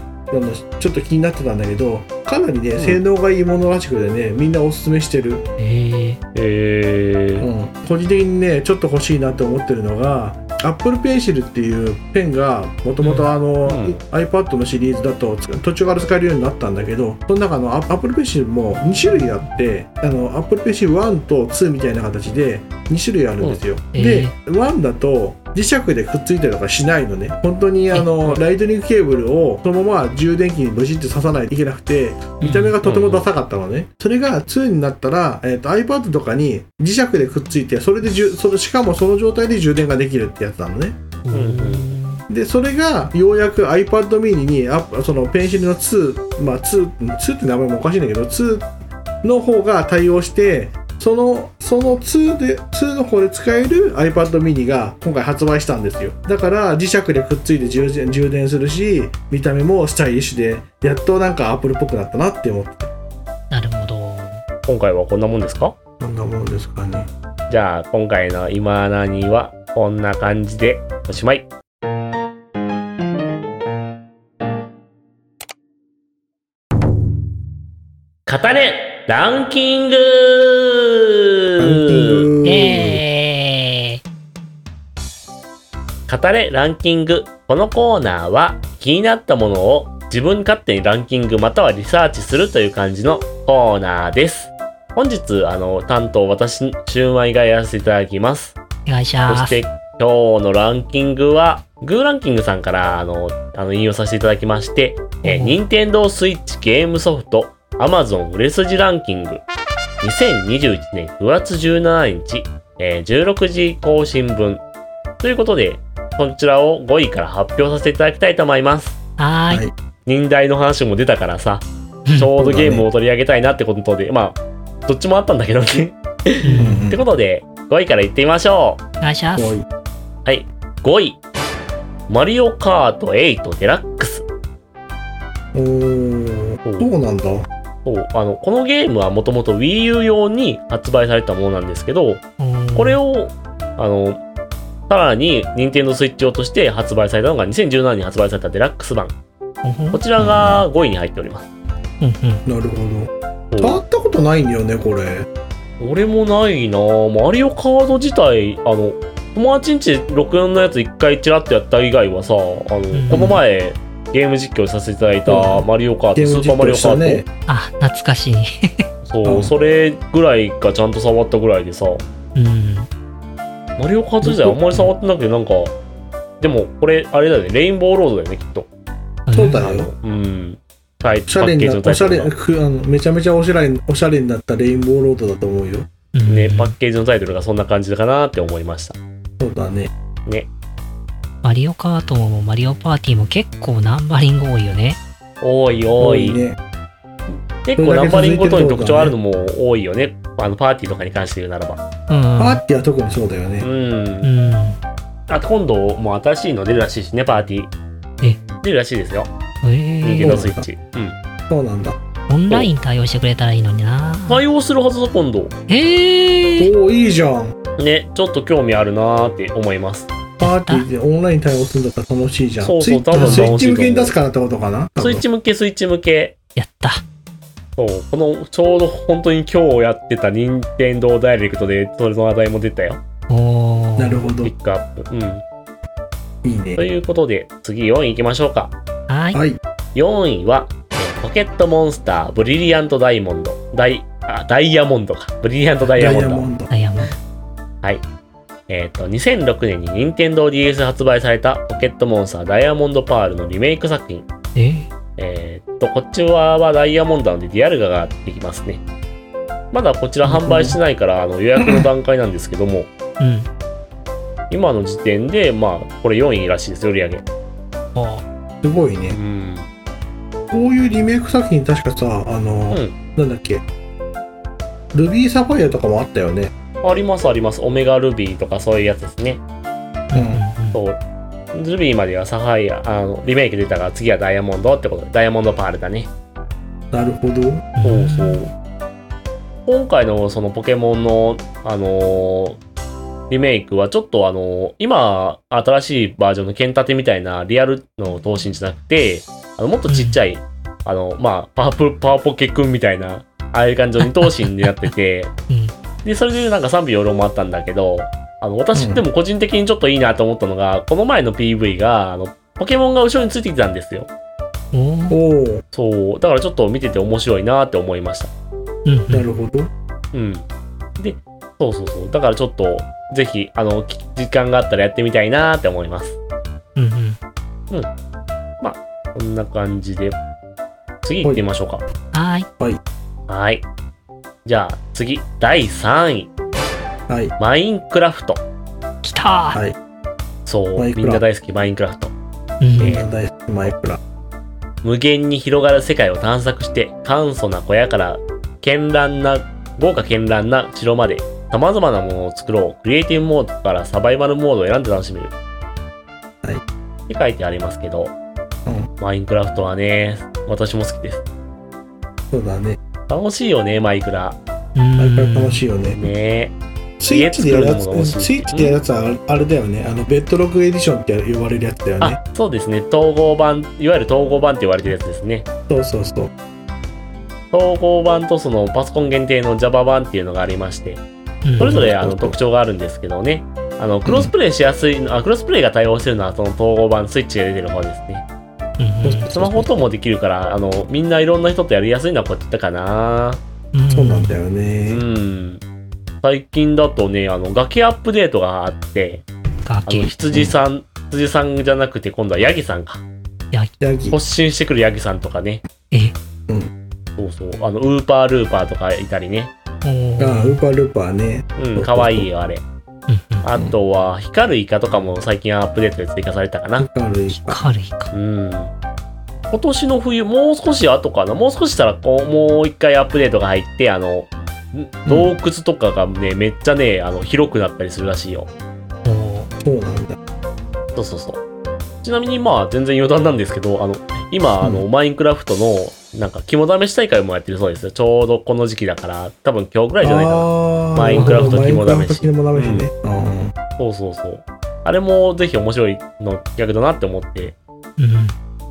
B: のちょっと気になってたんだけどかなりね、
A: うん
B: 性能がいいものらしくてねみんなおすすめしてる、
C: え
A: えー。
B: うん、個人的にねちょっと欲しいなと思ってるのが Apple Pencil っていうペンがもともとあの、
A: うん
B: iPad のシリーズだと途中から使えるようになったんだけどその中の App- Apple Pencil も2種類あってあの Apple Pencil 1と2みたいな形で2種類あるんですよ、
C: うん
B: で
C: え
B: 1だと磁石でくっついたりとかしないのね本当にあのライトニングケーブルをそのまま充電器にブシッて刺さないといけなくて見た目がとてもダサかったのね、それが2になったら、えー、と iPad とかに磁石でくっついてそれでじゅそれしかもその状態で充電ができるってやつなのね
C: ー。
A: んうん
B: でそれがようやく iPad mini にあそのペンシルの2まあ 2, 2って名前もおかしいんだけど2の方が対応してそのその2で2の方で使える iPad mini が今回発売したんですよだから磁石でくっついて充電充電するし見た目もスタイリッシュでやっとなんかアップルっぽくなったなって思って
C: なるほど。
A: 今回はこんなもんですか
B: こんなものですかね。
A: じゃあ今回の「今何」はこんな感じでおしまい。語れランキング
C: えー。
A: 語れランキングこのコーナーは気になったものを自分勝手にランキングまたはリサーチするという感じのコーナーです本日あの担当私シュウマイがやらせていただきます
C: お願いし
A: そ
C: ま
A: し
C: す。
A: て今日のランキングはグーランキングさんからあのあの引用させていただきましてえー
C: うん
A: 任天堂スイッチゲームソフト Amazon 売れ筋ランキング2021年9月17日、えー16時更新分ということでこちらを5位から発表させていただきたいと思います
C: はーい。
A: 忍耐の話も出たからさ
C: うん
A: ちょうどゲームを取り上げたいなってことで、まあどっちもあったんだけどねってことで5位からいってみましょう
C: お願いします。
B: おい
A: はい、5位。マリオカート8デラックス。
B: おーどうなんだ
A: そうあのこのゲームはもともと Wii U 用に発売されたものなんですけど、これ
C: を。
A: を、あの、さらに Nintendo Switch 用として発売されたのが2017年に発売されたデラックス版。
C: うん
A: こちらが5位に入っております。
C: うん
B: なるほど
A: そう
B: 触ったことないんだよねこれ
A: 俺もないなぁマリオカード自体、あの、友達んち64のやつ一回チラッとやった以外はさ、あの、
C: ん
A: この前、ゲーム実況させていただいたマリオカート、
B: ゲー
A: ス
B: ム
A: ーパー
B: 実
A: マリ
B: 況
A: オ
B: した
A: カート、
B: ね
C: あ、懐かしい。
A: そう、
B: うん
A: それぐらいがちゃんと触ったぐらいでさ、
C: うん。
A: マリオカート自体あんまり触ってなくて、なんか、でもこれ、あれだよね、レインボーロードだよね、きっと。
B: そうだ
A: あ
B: よ
A: の、うん。タイ
B: お
A: パ
B: しゃれ
A: ッ
B: に
A: ケージ
B: な
A: の
B: お
A: タイ
B: しゃ
A: ト
B: れ
A: ルが。
B: くあのめちゃめちゃおしゃれおしゃれになったレインボーロードだと思うよ
C: うん
A: ね、パッケージのタイトルがそんな感じかなって思いました。
B: そうだね
C: マリオカートもマリオパーティーも結構ナンバリング多いよね。
A: 多い多い。
B: ね
A: 結構ナンバリングごとに特徴あるのも多いよね。あの、パーティーとかに関して言うならば。
C: うん。
B: パーティーは特にそうだよね
A: う。
C: うんん。
A: あと今度、もう新しいの出るらしいしね、パーティー。
C: え
A: 出るらしいですよ。
C: え
A: ニンテ
C: え
A: ンドースイッチ。うん。
B: そうなんだ
C: オンライン対応してくれたらいいのにな。
A: 対応するはずだ、今度。
C: ええ
B: おおいいじゃん
A: ね、ちょっと興味あるなーって思います。
B: パーティーでオンライン対応するんだったら楽しいじゃん
A: そうそう
B: スイッ
A: 多分楽しい
B: ス
A: と
B: イ
A: 思
B: ッ
A: う
B: チ向けに出すからってことかな多
A: ス
B: 分
A: イッチ向け、スイッチ向け。
C: やった。
A: そう、この、ちょうど本当に今日やってた任天堂ダイレクトで、それの話題も出たよ。
C: おお。
B: なるほど
A: ピ
B: い
A: ックアップ。うん。
B: いね
A: ということで、次4位行きましょうか。
C: はい。
B: はい
A: 4位は、えーポケットモンスター、ブリリアントダイヤモンド、ダイあダイヤモンドか、ブリリアントダイヤモンド。
B: ド
C: ダイヤモンド。
A: はい。えっ、と、2006年に任天堂 d s 発売されたポケットモンスターダイヤモンドパールのリメイク作品。
C: え
A: えっ、と、こっちははダイヤモンドなのでリアルガができますね。まだこちら販売してないからあの予約の段階なんですけども、
C: うん。
A: 今の時点で、まあ、これ4位らしいですよ、売り上げ。
C: も
B: すごいね
A: ん。
B: こういうリメイク作品確かさあの、
A: うん
B: なんだっけルビーサファイアとかもあったよね
A: ありますあります。オメガルビーとかそういうやつですね。
C: う、う
B: うん
C: ん。
A: そう。ルビーまではサファイア、あの、リメイク出たから次はダイヤモンドってことで、ダイヤモンドパールだね。
B: なるほど
A: そうそう。今回のそのポケモンの、あのーリメイクはちょっとあのー今、新しいバージョンの剣盾みたいなリアルの闘神じゃなくて、あの、もっとちっちゃい、あの、まあ、パワープ、パワーポケくんみたいな、ああいう感じの二等身になって て、
C: うん
A: で、それでなんか賛否両論もあったんだけど、あの、私でも個人的にちょっといいなと思ったのが、この前の PV が、あの、ポケモンが後ろについてきたんですよ。
C: おー
B: おお
A: そう、だからちょっと見てて面白いなって思いました。
C: うんう。
B: なんるほど
A: うん。で、そうそうそう。だからちょっと、ぜひ、あの、き時間があったらやってみたいなって思います。
C: うんうん。
A: こんな感じで。次行ってみましょうか。
C: はーい。
A: はーい。じゃあ、次、第3位。
B: はい
A: マインクラフト。
C: 来た
B: はい
A: そう
B: マイ、クラ
A: みんな大好き、マインクラフト。
C: ー。うん
B: み
C: うんん
B: な大好きマイクラ
A: 無限に広がる世界を探索して、簡素な小屋から、絢爛な、豪華絢爛な城まで、様々なものを作ろう。クリエイティブモードからサバイバルモードを選んで楽しめる。
B: はい
A: って書いてありますけど、
B: うん
A: マインクラフトはね、私も好きです。
B: そうだね
A: 楽しいよね、マイクラ。
B: マイクラ楽しいよね
A: ね
B: スイッチでやるやつ
A: 家作るのも楽しい
B: スイッチでやるやつはあれだよねあのベッドログエディションって呼ばれるやつだよね
A: あ、そうですね。統合版、いわゆる統合版って言われてるやつですね。
B: そうそうそう
A: 統合版とそのパソコン限定の Java 版っていうのがありまして、
C: うん
A: それぞれあ
B: う
A: の
B: ん
A: 特徴があるんですけどね。あの、クロスプレイしやすい、あ、クロスプレイが対応してるのはその統合版スイッチが出てる方ですね。
C: うんうん
A: スマホともできるから、あの、みんないろんな人とやりやすいのはこっちだかな。
B: そうなんだ
C: よ。
B: よ
A: う
B: ね
A: ん。最近だとね、あの、崖アップデートがあって、あの
C: 崖。
A: 羊さん、羊さんじゃなくて今度はヤギさんか
B: ヤギ
A: 発信してくるヤギさんとかね
C: え
B: うん
A: そうそうあのウーパールーパーとかいたりね
C: おー
B: ああウーパールーパーね
A: うんかわいいよあれ
C: うんうん
A: あとは光るイカとかも最近アップデートで追加されたか
B: ウ
A: な
B: ーパールーパー
C: 光る光
A: うん今年の冬もう少し後かなもう少ししたらこうもう一回アップデートが入ってあのん洞窟とかがね、めっちゃねあの広くなったりするらしいよ
C: るおー
B: そうなんだ
A: そうそうそう。ちなみにまあ全然余談なんですけど、あの、今、あの、マインクラフトの、なんか肝試し大会もやってるそうですよ。ちょうどこの時期だから、多分今日ぐらいじゃないか
B: あー
A: マインクラフト肝試し
B: マインクラフト肝試しねうん
A: な。そうそうそう。あれもぜひ面白いの逆だなって思って、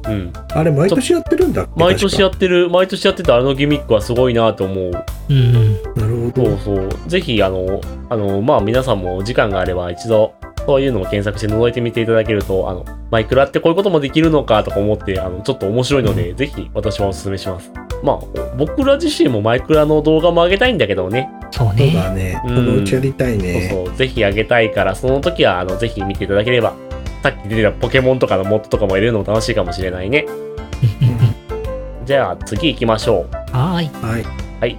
C: うん
A: うん。
B: あれ毎年やってるんだっけ
A: 毎年や
B: っ
A: ってる、毎年やってたあのギミックはすごいなと思う。
C: うんうん
B: なるほ
A: そ
B: ど
A: うそう。ぜひ、あの、あの、まあ皆さんもお時間があれば一度、そういうのを検索して覗いてみていただけると、あの、マイクラってこういうこともできるのかとか思って、あの、ちょっと面白いので、ぜひ私はお勧めします。まあ、お僕ら自身もマイクラの動画も上げたいんだけどね。
C: そう
B: そう
C: ね。
B: だね
A: う
B: こ
A: ん
B: のうちやりたいね
A: そうそう。ぜひ上げたいから、その時は、あの、ぜひ見ていただければ、さっき出てたポケモンとかのモッドとかも入れるのも楽しいかもしれないね。
B: うん
A: じゃあ、次行きましょう。
C: はーい。
B: はい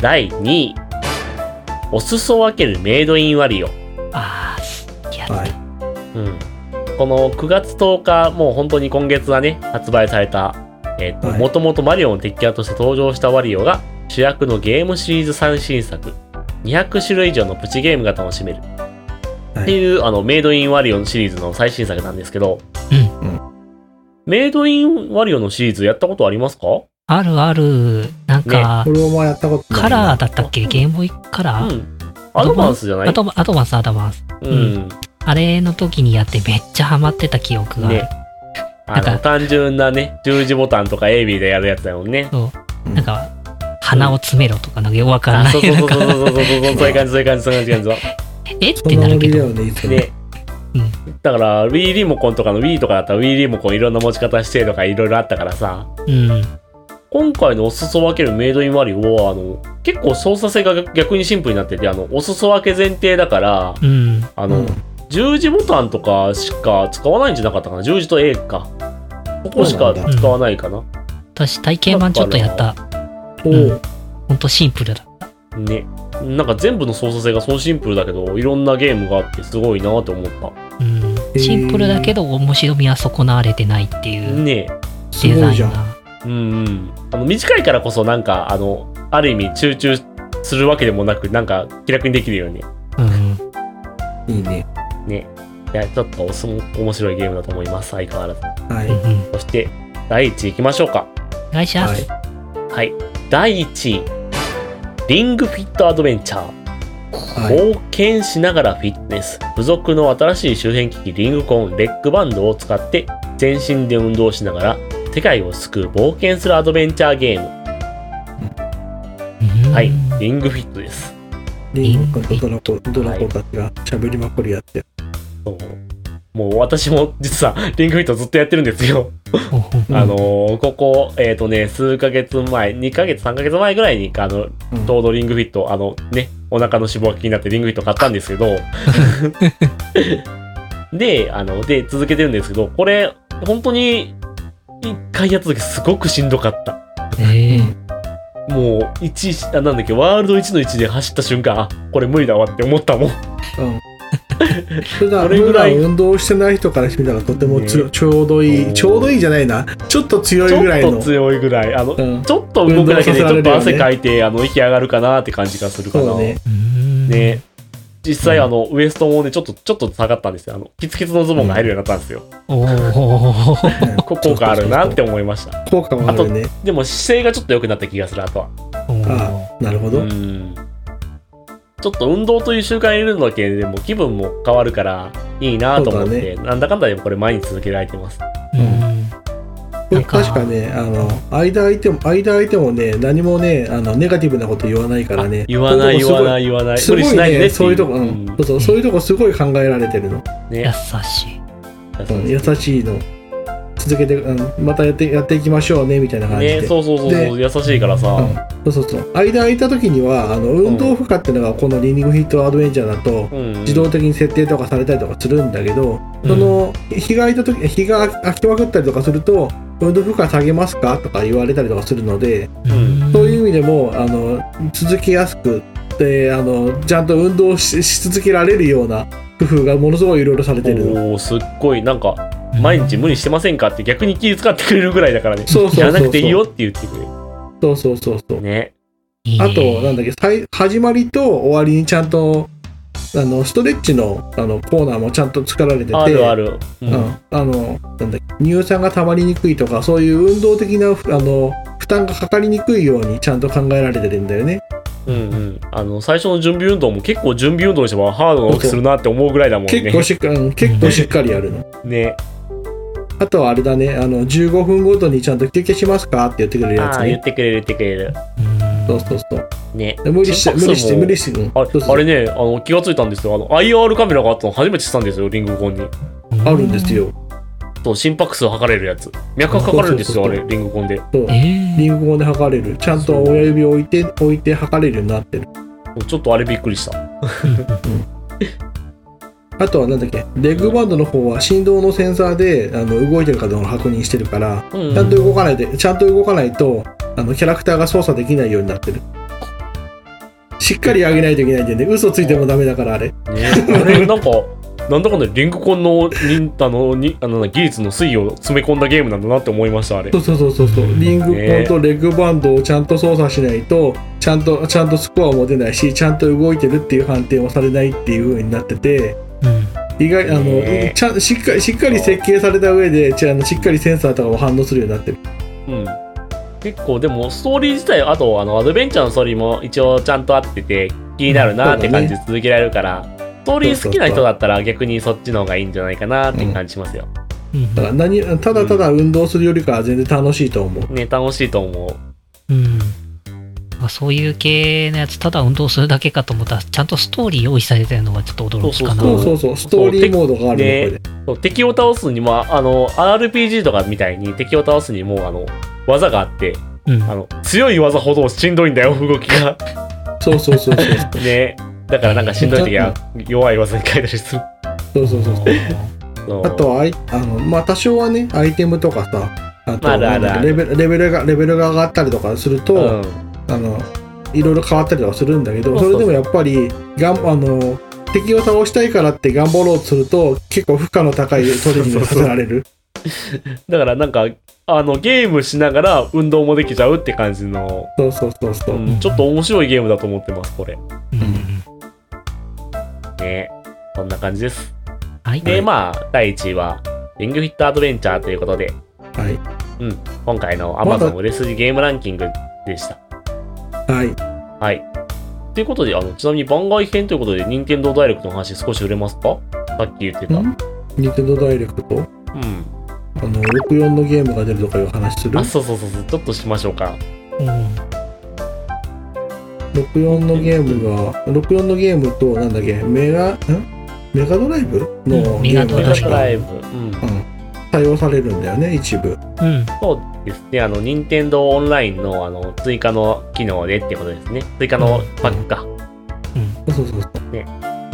A: 第2位。お裾分けるメイドインワリオ。
C: あー、や
B: は
C: っ
B: い
A: うん、この9月10日もう本当に今月はね発売された
B: はい
A: もともとマリオの敵キャラとして登場したワリオが主役のゲームシリーズ最新作200種類以上のプチゲームが楽しめる、
B: はい
A: っていうあのメイドインワリオのシリーズの最新作なんですけど、
C: うん
B: う
A: メイドインワリオのシリーズやったことありますか
C: あるある。なんか
B: こ、れもやったことない
C: カラーだったっけゲームボーイカラ
A: う
C: ー
A: んアドバンスじゃない
C: アドバアドバンスアドバンス。
A: うん、
C: あれの時にやってめっちゃハマってた記憶がある
A: ね。あ
C: な
A: の
C: んか
A: 単純なね十字ボタンとか AB でやるやつだもんね
C: なんか、鼻を詰めろとか、なんかよくわから
A: あ
C: な
A: そう
C: い。
A: そう
C: なん
A: そうそうそ
C: か、
A: うそうそうそういう感じそういう感じそういう感じそういう感
C: えっ
B: そ
C: て
B: んな
C: な
B: ノ
C: るけ
B: リだよ
C: ど。
B: ねいつ
A: じ
B: も
A: でだから Wii リモコンとかの Wii とかだったら Wii リモコンいろんな持ち方してとかいろいろあったからさ
C: うん。
A: 今回のお裾分けるメイドインマリオは、あの、結構操作性が逆逆にシンプルになってて、あの、お裾分け前提だから、
C: うん。
A: あの、
B: うん
A: 十字ボタンとかしか使わないんじゃなかったかな。十字と A か。ここしか
B: そう
C: なんだ
A: 使わないかな。
C: 私、体験版ちょっとやった。
B: お
C: う
B: ー
C: んほんとシンプルだ。
A: ね。なんか全部の操作性がそうシンプルだけど、いろんなゲームがあってすごいなと思っ
C: うん。シンプルだけど、面白みは損なわれてないって
A: た。
C: いう
A: ね
B: す
C: デ
B: ご
C: ザ
B: い
C: イ
B: じゃ
C: ン
B: ん。
C: が。
A: うんうん。あの、短いからこそなんか、あの、ある意味集中するわけでもなく、なんか気楽にできるよね。
C: うん。
B: いいね。
A: ね。いや、ちょっとおす面白いゲームだと思います。相変わらず。
B: は
C: うん
B: い。
C: うん。
A: そして、第1位いきましょうか。
C: お願いしま
B: は
C: す。
B: い。
A: はい。第1位。リングフィットアドベンチャー。
B: はい。
A: 冒険しながらフィットネス。付属の新しい周辺機器リングコンレッグバンドを使って全身で運動しながら世界を救う冒険するアドベンチャーゲー
C: うん
A: ム。はい。リングフィットです。
B: リンゴ君とドラコ、ドラコたちが喋りまくりやって。
A: そうもう私も実はリングフィットずっとやってるんですよ。
C: ほうほう
B: うん
A: あのーここ、えっ、とね、数ヶ月前、2ヶ月、3ヶ月前ぐらいに、あの、
B: うん
A: ちょうどリングフィット、あのね、お腹の脂肪が気になってリングフィット買ったんですけ ど、で、あの、で、続けてるんですけど、これ、本当に、一回やった時すごくしんどかった。
C: ええ
A: もう、一、あなんだっけ、ワールド1の1で走った瞬間、あ、これ無理だわって思ったもん。
B: うん。普段
A: それぐ
B: 普
A: らい
B: 段運動してない人からしてみたらとてもつ
A: ね
B: ちょうどいうい
A: ん
B: ちょうどいいじゃないなちょっと強
A: ち
B: い
A: ょ
B: ぐらい
A: っと
B: の
A: 強いぐらい。あの、
B: うん
A: ちょっと動くだけで、ちょっ
B: 運動させられるよね
A: と汗かいて、あの、息上がるかなって感じがするかな。
B: そうね
C: うん。
A: ね、実際
B: うん
A: あの、ウエストもね、ちょっと、ちょっと下がったんですよ。あの、キツキツのズボンが入るようになったんですよ。
C: おー。
A: こ効果あるなって思いました。
B: 効果もあるね
A: でも姿勢がちょっと良くなった気がする、あとは。
C: おー
B: ああなるほ
A: う
B: ど
A: ん。ちょっと運動という習慣にいるのだけでも気分も変わるからいいなと思っ
B: そう
A: て、なんだかんだでもこれ毎日続けられてます。
C: うん。なんか
B: 確かねあの間空いても間空いてもね何もねあのネガティブなこと言わないからね
A: あ言わない
B: こ
A: 言わ
B: うい
A: ない言わない。
B: うとこすごい
A: 無理し
B: すご
A: ないいでね
B: ね
A: って
B: そういうとこ
A: う
B: うんんそうそうそういうとこすごい考えられてるの
A: ね
C: 優しい。
B: うん優しいの続けてうんまたやってやっていきましょうねみたいな感じで
A: ね、そうそうそうそう、優しいからさ。
B: うん、そうそうそう間空いた時にはあの運動負荷っていうのがこのリーニングヒットアドベンチャーだと
A: うん
B: 自動的に設定とかされたりとかするんだけど、その日が空いた時日が空きまくったりとかすると運動負荷下げますかとか言われたりとかするので
A: ん
B: そういう意味でもあの続きやすくであのちゃんと運動しし続けられるような工夫がものすごいいろいろされてるの。
A: おーすっごいなんか毎日無理してませんかって逆に気遣ってくれるぐらいだからね。
B: そうそうそうそ
A: や
B: う
A: らなくていいよって言ってくれる。
B: そうそうそうそう
A: ね。
C: いいね
B: あと、なんだっけ、さい始まりと終わりにちゃんと、あの、ストレッチの、あの、コーナーもちゃんと作られてて、
A: あるある。う
B: うん
A: ん。
B: あの、なんだっけ、乳酸が溜まりにくいとか、そういう運動的な、ふあの、負担がかかりにくいようにちゃんと考えられてるんだよね。
A: うんうん。あの、最初の準備運動も結構準備運動にしてもハードな動きするなって思うぐらいだもん
B: 結構
A: ね。
B: しっかり、うん結構しっかりやるの。
A: ね。
B: あとはあれだね、あの、15分ごとにちゃんと休憩しますかって言ってくれるや
A: あ
B: つ
A: あ、言っ
B: ね。
A: てくれる言ってくれる。
C: うん
B: そうそうそう。
A: ね。
B: で無理して、無理して、無理
A: して。
B: して、うん
A: あれ
B: そうそう
A: あれね、あの気がついたんですよ。あの IR カメラがあったの初めて知ったんですよ、リングコンに。
B: あるんです。よ。
A: そう、心拍数測れるやつ。脈拍測れるんですよ、あ
B: そうそう
A: れ、
B: そ
A: リングコンで。
B: そう
C: え。え
B: リンゴで測れる。ちゃんと親指を置いて、置いて測れるようになってる。
A: ちょっとあれびっくりした。
B: あとはなんだっけレッグバンドの方は振動のセンサーであの動いてるかどうか確認してるから
A: うんうん
B: ちゃんと動かないでちゃんと動かないとあのキャラクターが操作できないようになってるしっかり上げないといけないんでね嘘ついてもダメだからあれ
A: ね、あれなんかなんだかんだリンクコンのにあのにあのなんだ技術の推移を詰め込んだゲームなんだなって思いましたあれ
B: そうそうそうそうそうリングコンとレッグバンドをちゃんと操作しないとちゃんとちゃんとスコアも出ないしちゃんと動いてるっていう判定もされないっていう風になってて
C: うん
B: 意外あの、
A: ね
B: ちゃんしっかりしっかり設計された上でちゃあのしっかりセンサーとかも反応するようになってる
A: うん結構でもストーリー自体あとあのアドベンチャーのストーリーも一応ちゃんと合ってて気になるなって感じで続けられるから、ストーリー好きな人だったら逆にそっちの方がいいんじゃないかなって感じしますよ、
C: うん
B: だから何ただただ運動するよりかは全然楽しいと思う。
A: ね楽しいと思う
C: うんまあそういう系のやつ、ただ運動するだけかと思ったら、ちゃんとストーリー用意されてるのはちょっと驚きかな。
A: そ
B: そううそうそう、ストーリーモードがあ
A: ね
B: るのこれで。
A: そう敵を倒すにもあの RPG とかみたいに敵を倒すにもあの技があって
C: うん。
A: あの強い技ほどしんどいんだよ動きが
B: そうそうそう そうそ
A: ねだからなんかしんどい時は弱い技に変えたりする
B: うそうそうそう
A: の
B: あとはアイあの、まあ、多少はねアイテムとかさあと
A: まああるある
B: なんかレベルレベルがレベルが上がったりとかすると、
A: うん
B: あのいろいろ変わったりとかするんだけ
A: そ
B: ど
A: う
B: そ
A: そう
B: れでもやっぱりがんあの敵を倒したいからって頑張ろうとすると結構負荷の高いトレーニングがさせら れる
A: だからなんかあのゲームしながら運動もできちゃうって感じの、
B: そうそうそうそうう、
A: んちょっと面白いゲームだと思ってますこれ
C: うん。
A: ねそんな感じです
C: はい。
A: でまあ第1位は「リングフィットアドベンチャー」ということで
B: はい
A: 今回の
B: まだ
A: Amazon 売れ筋ゲームランキングでした
B: はい
A: はいということであのちなみに番外編ということで任天堂ダイレクトの話少し触れますかさっき言ってたうん
B: ニンテンドーダイレクトあの64のゲームが出るとかいう話する
A: あそうそうそうそうちょっとしましょうか
C: うん。
B: 64のゲームが64のゲームとなんだっけメガんメガドライブの
C: うん
B: ゲーム
A: メ
C: メ
B: が
A: ガ
C: ガ
B: 確
A: ド
C: ド
A: ラ
B: か
A: イブうん
B: 対応されるんだよね一部
C: うん。
A: そうですね、あの、任天堂オンラインのあの追加の機能でってことですね。追加のパックか。
B: そうそうそう、
A: ね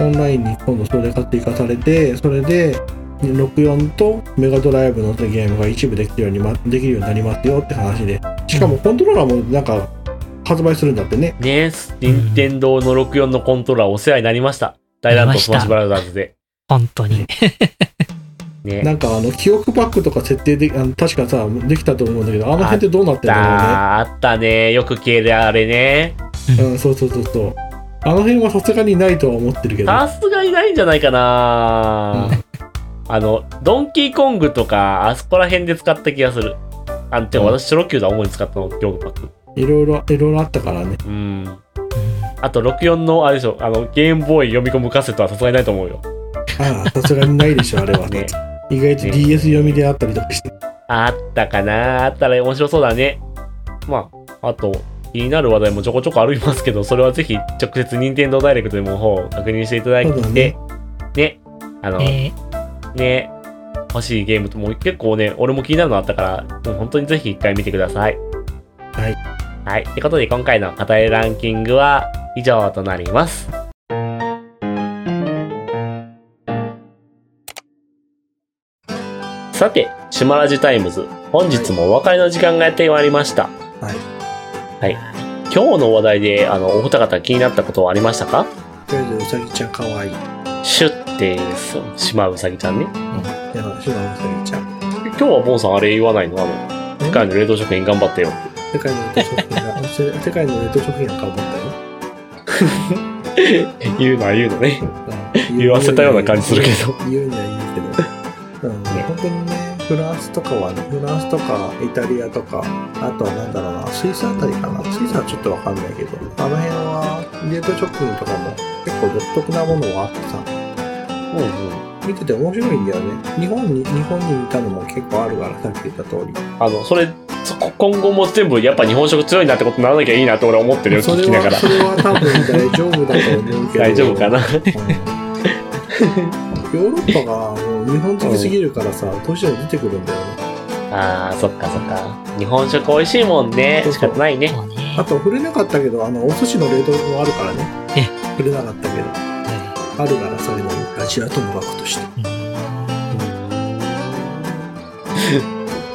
B: オンラインに今度それが追加されてそれで64とメガドライブのゲームが一部できるように、ま、できるようになりますよって話でしかもコントローラーもなんか発売するんだってね
A: ね任天堂の64のコントローラーお世話になりました。大乱闘スマッシュブラザーズで。
C: 本当に。
A: ね。
B: なんかあの記憶パックとか設定であの確かさできたと思うんだけどあの辺ってどうなってんだ
A: あーあったね。よく消えるあれね。
B: ろうねうんそうそうそうそうあの辺はさすがにないとは思ってるけど
A: さすがにないんじゃないかな、あの、ドンキーコングとか、あそこら辺で使った気がする。あ、てか
B: うん
A: 私、チョロ Q だ、主に使ったの、今日のパック。
B: いろいろいろいろあったからね
A: うん。あと、64の、あれでしょ、あの、ゲームボーイ読み込むカセットはさすがにないと思うよ。
B: ああさすがにないでしょあれ は
A: ね。
B: 意外と DS 読みであったりとかして
A: あったかなあったら面白そうだね。まあ、あと、気になる話題もちょこちょこありますけど、それはぜひ直接任天堂ダイレクトでも方を確認していただい
B: そうだ
A: て
B: ね、
A: ね、あの、
C: え
A: ね、欲しいゲームとも結構ね、俺も気になるのあったから、もう本当にぜひ一回見てください。
B: はい。
A: はい。ということで、今回の語りランキングは以上となります。さて、シマラジタイムズ、本日もお別れの時間がやってまいりました。
B: はい
A: はい。今日の話題で、あの、お二方気になったことはありましたか
B: とりあえずうさぎちゃんかわいい
A: シュッて、そうシマウサギちゃんね。
B: やだシュナウサギちゃん
A: 今日はボンさんあれ言わないのあの、世界の冷凍食品頑張ってよ。
B: 世界の冷凍食品が世世界の冷凍食品なんか思ったよ
A: 言うのは言うのね。
B: う ん
A: 言わせたような感じするけど。
B: 言うには言うけど、うん、本当にねフランスとかはねフランスとかイタリアとかあとはなんだろうなスイスあたりかなスイスはちょっとわかんないけどあの辺は冷凍食品とかも結構独特なものがあってさ
A: うんうん。
B: 見てて面白いんだよね日本に日本にいたのも結構あるからさっき言った通り
A: あの、それ、そこ今後も全部やっぱ日本食強いなってことにならなきゃいいなって俺は思ってるよ、
B: そ
A: 聞
B: れ
A: きなが
B: は
A: ら
B: そ。れは多分大丈夫だと思うけ ど
A: 大丈夫かな
B: うんヨーロッパがもう日本的すぎるからさどうしても出てくるんだよね
A: ああ、そっかそっか。日本食美味しいもんね。
B: そう
A: 仕
B: そう
A: 方ない
C: え
A: ね。
C: そうね
B: あ。と触れなかったけどあのお寿司の冷凍もあるからね
C: え
B: 触れなかったけどあるからそれもラジオともかくとして
C: うん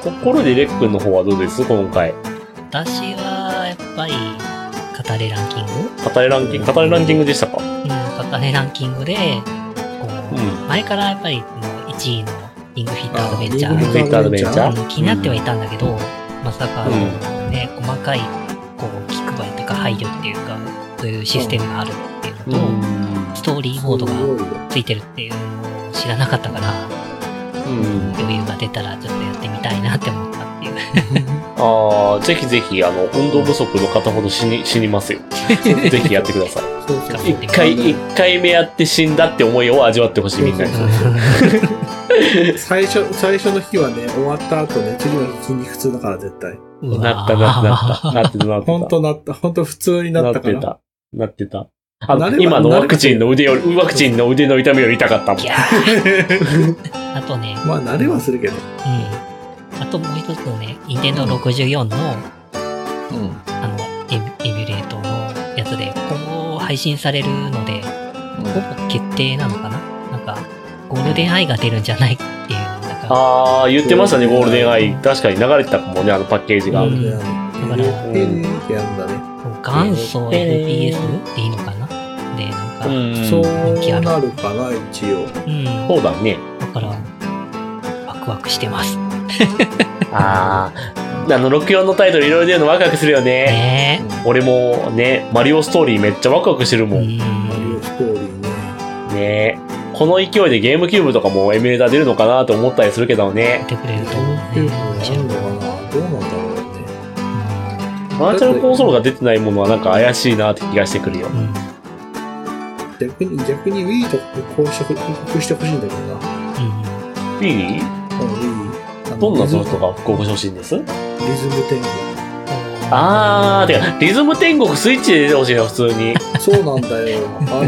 A: ところで、レックンの方はどうです今回。
C: 私は、やっぱり、語れランキング
A: 語りランキング、語りランキングでしたか
C: うん、語れランキングで、こう、
A: ん。
C: 前からやっぱり、この1位のリングフィットアドベンチャ
A: あ
C: ー
A: リングフィットアドベンチャー
C: うん気になってはいたんだけど、まさか、
A: うん
C: ね、細かい、こう、気配りとか配慮っていうか、そういうシステムがあるっていうのと、ストーリーモードがついてるっていうのを知らなかったから、
A: うん。
C: 余裕が出たらちょっとやってみたいなって思ったっていう。
A: ああ、ぜひぜひ、あの、運動不足の方ほど死に、死に ますよ。ぜひやってください。
B: そうそうそう
A: 一回、一回目やって死んだって思いを味わってほしい、みんなに。
B: 最初最初の日はね終わった後ね次の日筋肉痛だから絶対
C: うわー
A: なったなったなった。なってたなってた。
B: 本当なった本当普通になったから
A: なってた。なってた。あ
B: 慣れ
A: の、
B: ば
A: 今のワクチンの腕より、ワクチンの腕の痛みより痛かったもん
C: ギ。ャー あとね、
B: まあ慣れはするけど
C: うん。あともう一つのね、任天堂
D: う
C: 64の
D: ん
C: あのエミエミュレートのやつで今後配信されるのでほぼ決定なのかななんかゴールデンアイが出るんじゃないっていうなんか
A: ああ、言ってましたね、ゴールデンアイ。確かに流れてたかもね、あのパッケージが。
C: う
B: うんん。
C: から
B: ええってやんだね。
C: 元祖
A: えー
C: FPS でいいのかなでなんか、
A: う
C: うん
A: ん。
B: そ
A: そう
B: うなるかな、一応。
A: だね。
C: だからワクワクしてます
A: ああ。あの、64のタイトルいろいろ出るのワクワクするよね。
C: ね
A: 俺もね、マリオストーリーめっちゃワクワクしてる
C: えう
A: もん。ね
B: マリ
C: ん
B: オストーリーね。
A: この勢いでゲームキューブとかもエミュレーター出るのかなと思ったりするけど
C: や
A: ね
C: っ。てくれ
B: ゲ
C: ると
B: ームキューブ
C: 面白い
B: になるのかなどうなんだろうね。
A: バーチャルコンソールが出てないものはなんか怪しいなって気がしてくるよ
C: う。ん
B: 逆に、逆に Wii とかでこうして復刻してほしいんだけどな。
C: うん
A: いい
B: うん、Wii。
A: どんなソ
B: ぞ
A: フトが復刻してほしいんです
B: リズム天国。
A: あー、てか、リズム天国スイッチで出てほしいな、普通に。
B: そうなんだよ。あれね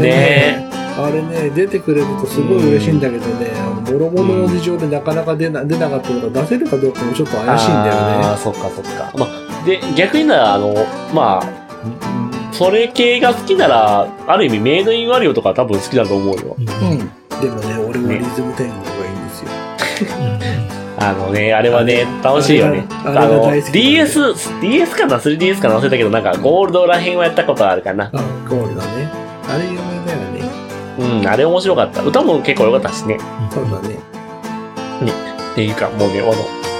A: ね
B: あれね、出てくれるとすごい嬉しいんだけどね、もろもろの事情でなかなか出な出なかったのが出せるかどうかもちょっと怪しいんだ
A: あ
B: よ
A: ーそっかそっか。まあ、で、逆になら、あの、まあ、それ系が好きなら、ある意味メイドインワリオとか多分好きだと思うよ。
C: うんうん
B: ね。うん、でもね、俺はリズム天国がいいんですよ。
A: あのね、あれはね、楽しいよね。
B: あれがあれが
A: の
B: 大好、き
A: DS、DS かな ?3DS かな忘れたけど、なんかゴールドらへんはやったことあるかな。
B: あ、ゴールだね。あれ有名だよね。
A: うん、あれ面白かった。歌も結構良かったしね。
B: そうだね。
A: っていうか、もうね、あの、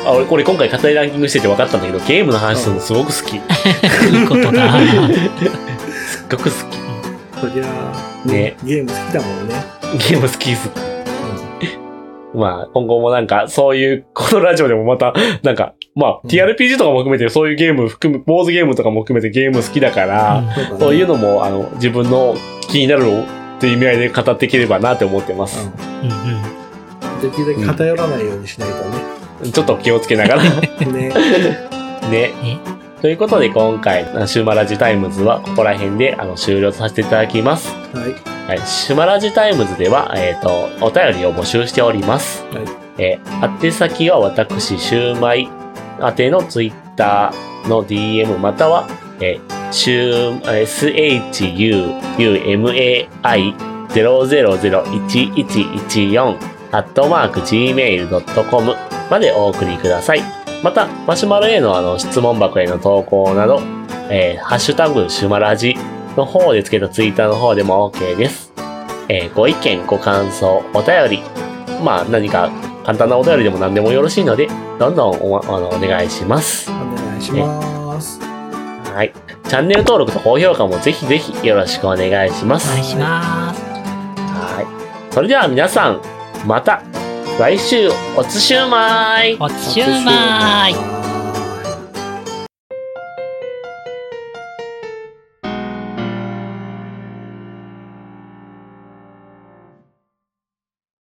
A: あ俺、これ今回語りランキングしてて分かったんだけど、ゲームの話するのすごく好き。
C: いいことだ。
A: すっごく好き。
B: そりゃあ、
A: ね
B: ゲーム好きだもんね。
A: ゲーム好き好き。まあ、今後もなんか、そういう、このラジオでもまた、なんか、まあ、
B: うん
A: TRPG とかも含めて、そういうゲーム含む、坊主ゲームとかも含めてゲーム好きだから、
B: うんそうだね
A: そういうのも、あの、自分の気になるっていう意味合いで語っていければなって思ってます。
C: うんうん
B: うんできるだけ偏らないようにしないと
A: ちょっと気をつけ ながら。
B: ね。ね。
A: ね
C: ね。
A: ということで、今回、あのシューマラジタイムズは、ここら辺で、あの、終了させていただきます。は
B: はい。
A: い、シュマラジタイムズでは、えっ、と、お便りを募集しております。
B: はい
A: えー宛先は私、シューマイ宛てのツイッターの DM または、えー、シュー、えー SHUUMAI00011114 アットマーク gmail.com までお送りください。また、マシュマロへのあの質問箱への投稿など、えーハッシュタグシュマラジの方でつけたツイッターの方でも OK です。えーご意見、ご感想、お便り、まあ何か簡単なお便りでも何でもよろしいので、どんどんお,、あのお願いします。
B: お願い します。
A: はい。チャンネル登録と高評価もぜひぜひよろしくお願いしま
C: お
A: す。
C: 願いします。
A: はい。それでは皆さん、また来週おつしゅうまい
C: おつしゅうまーい。
B: い。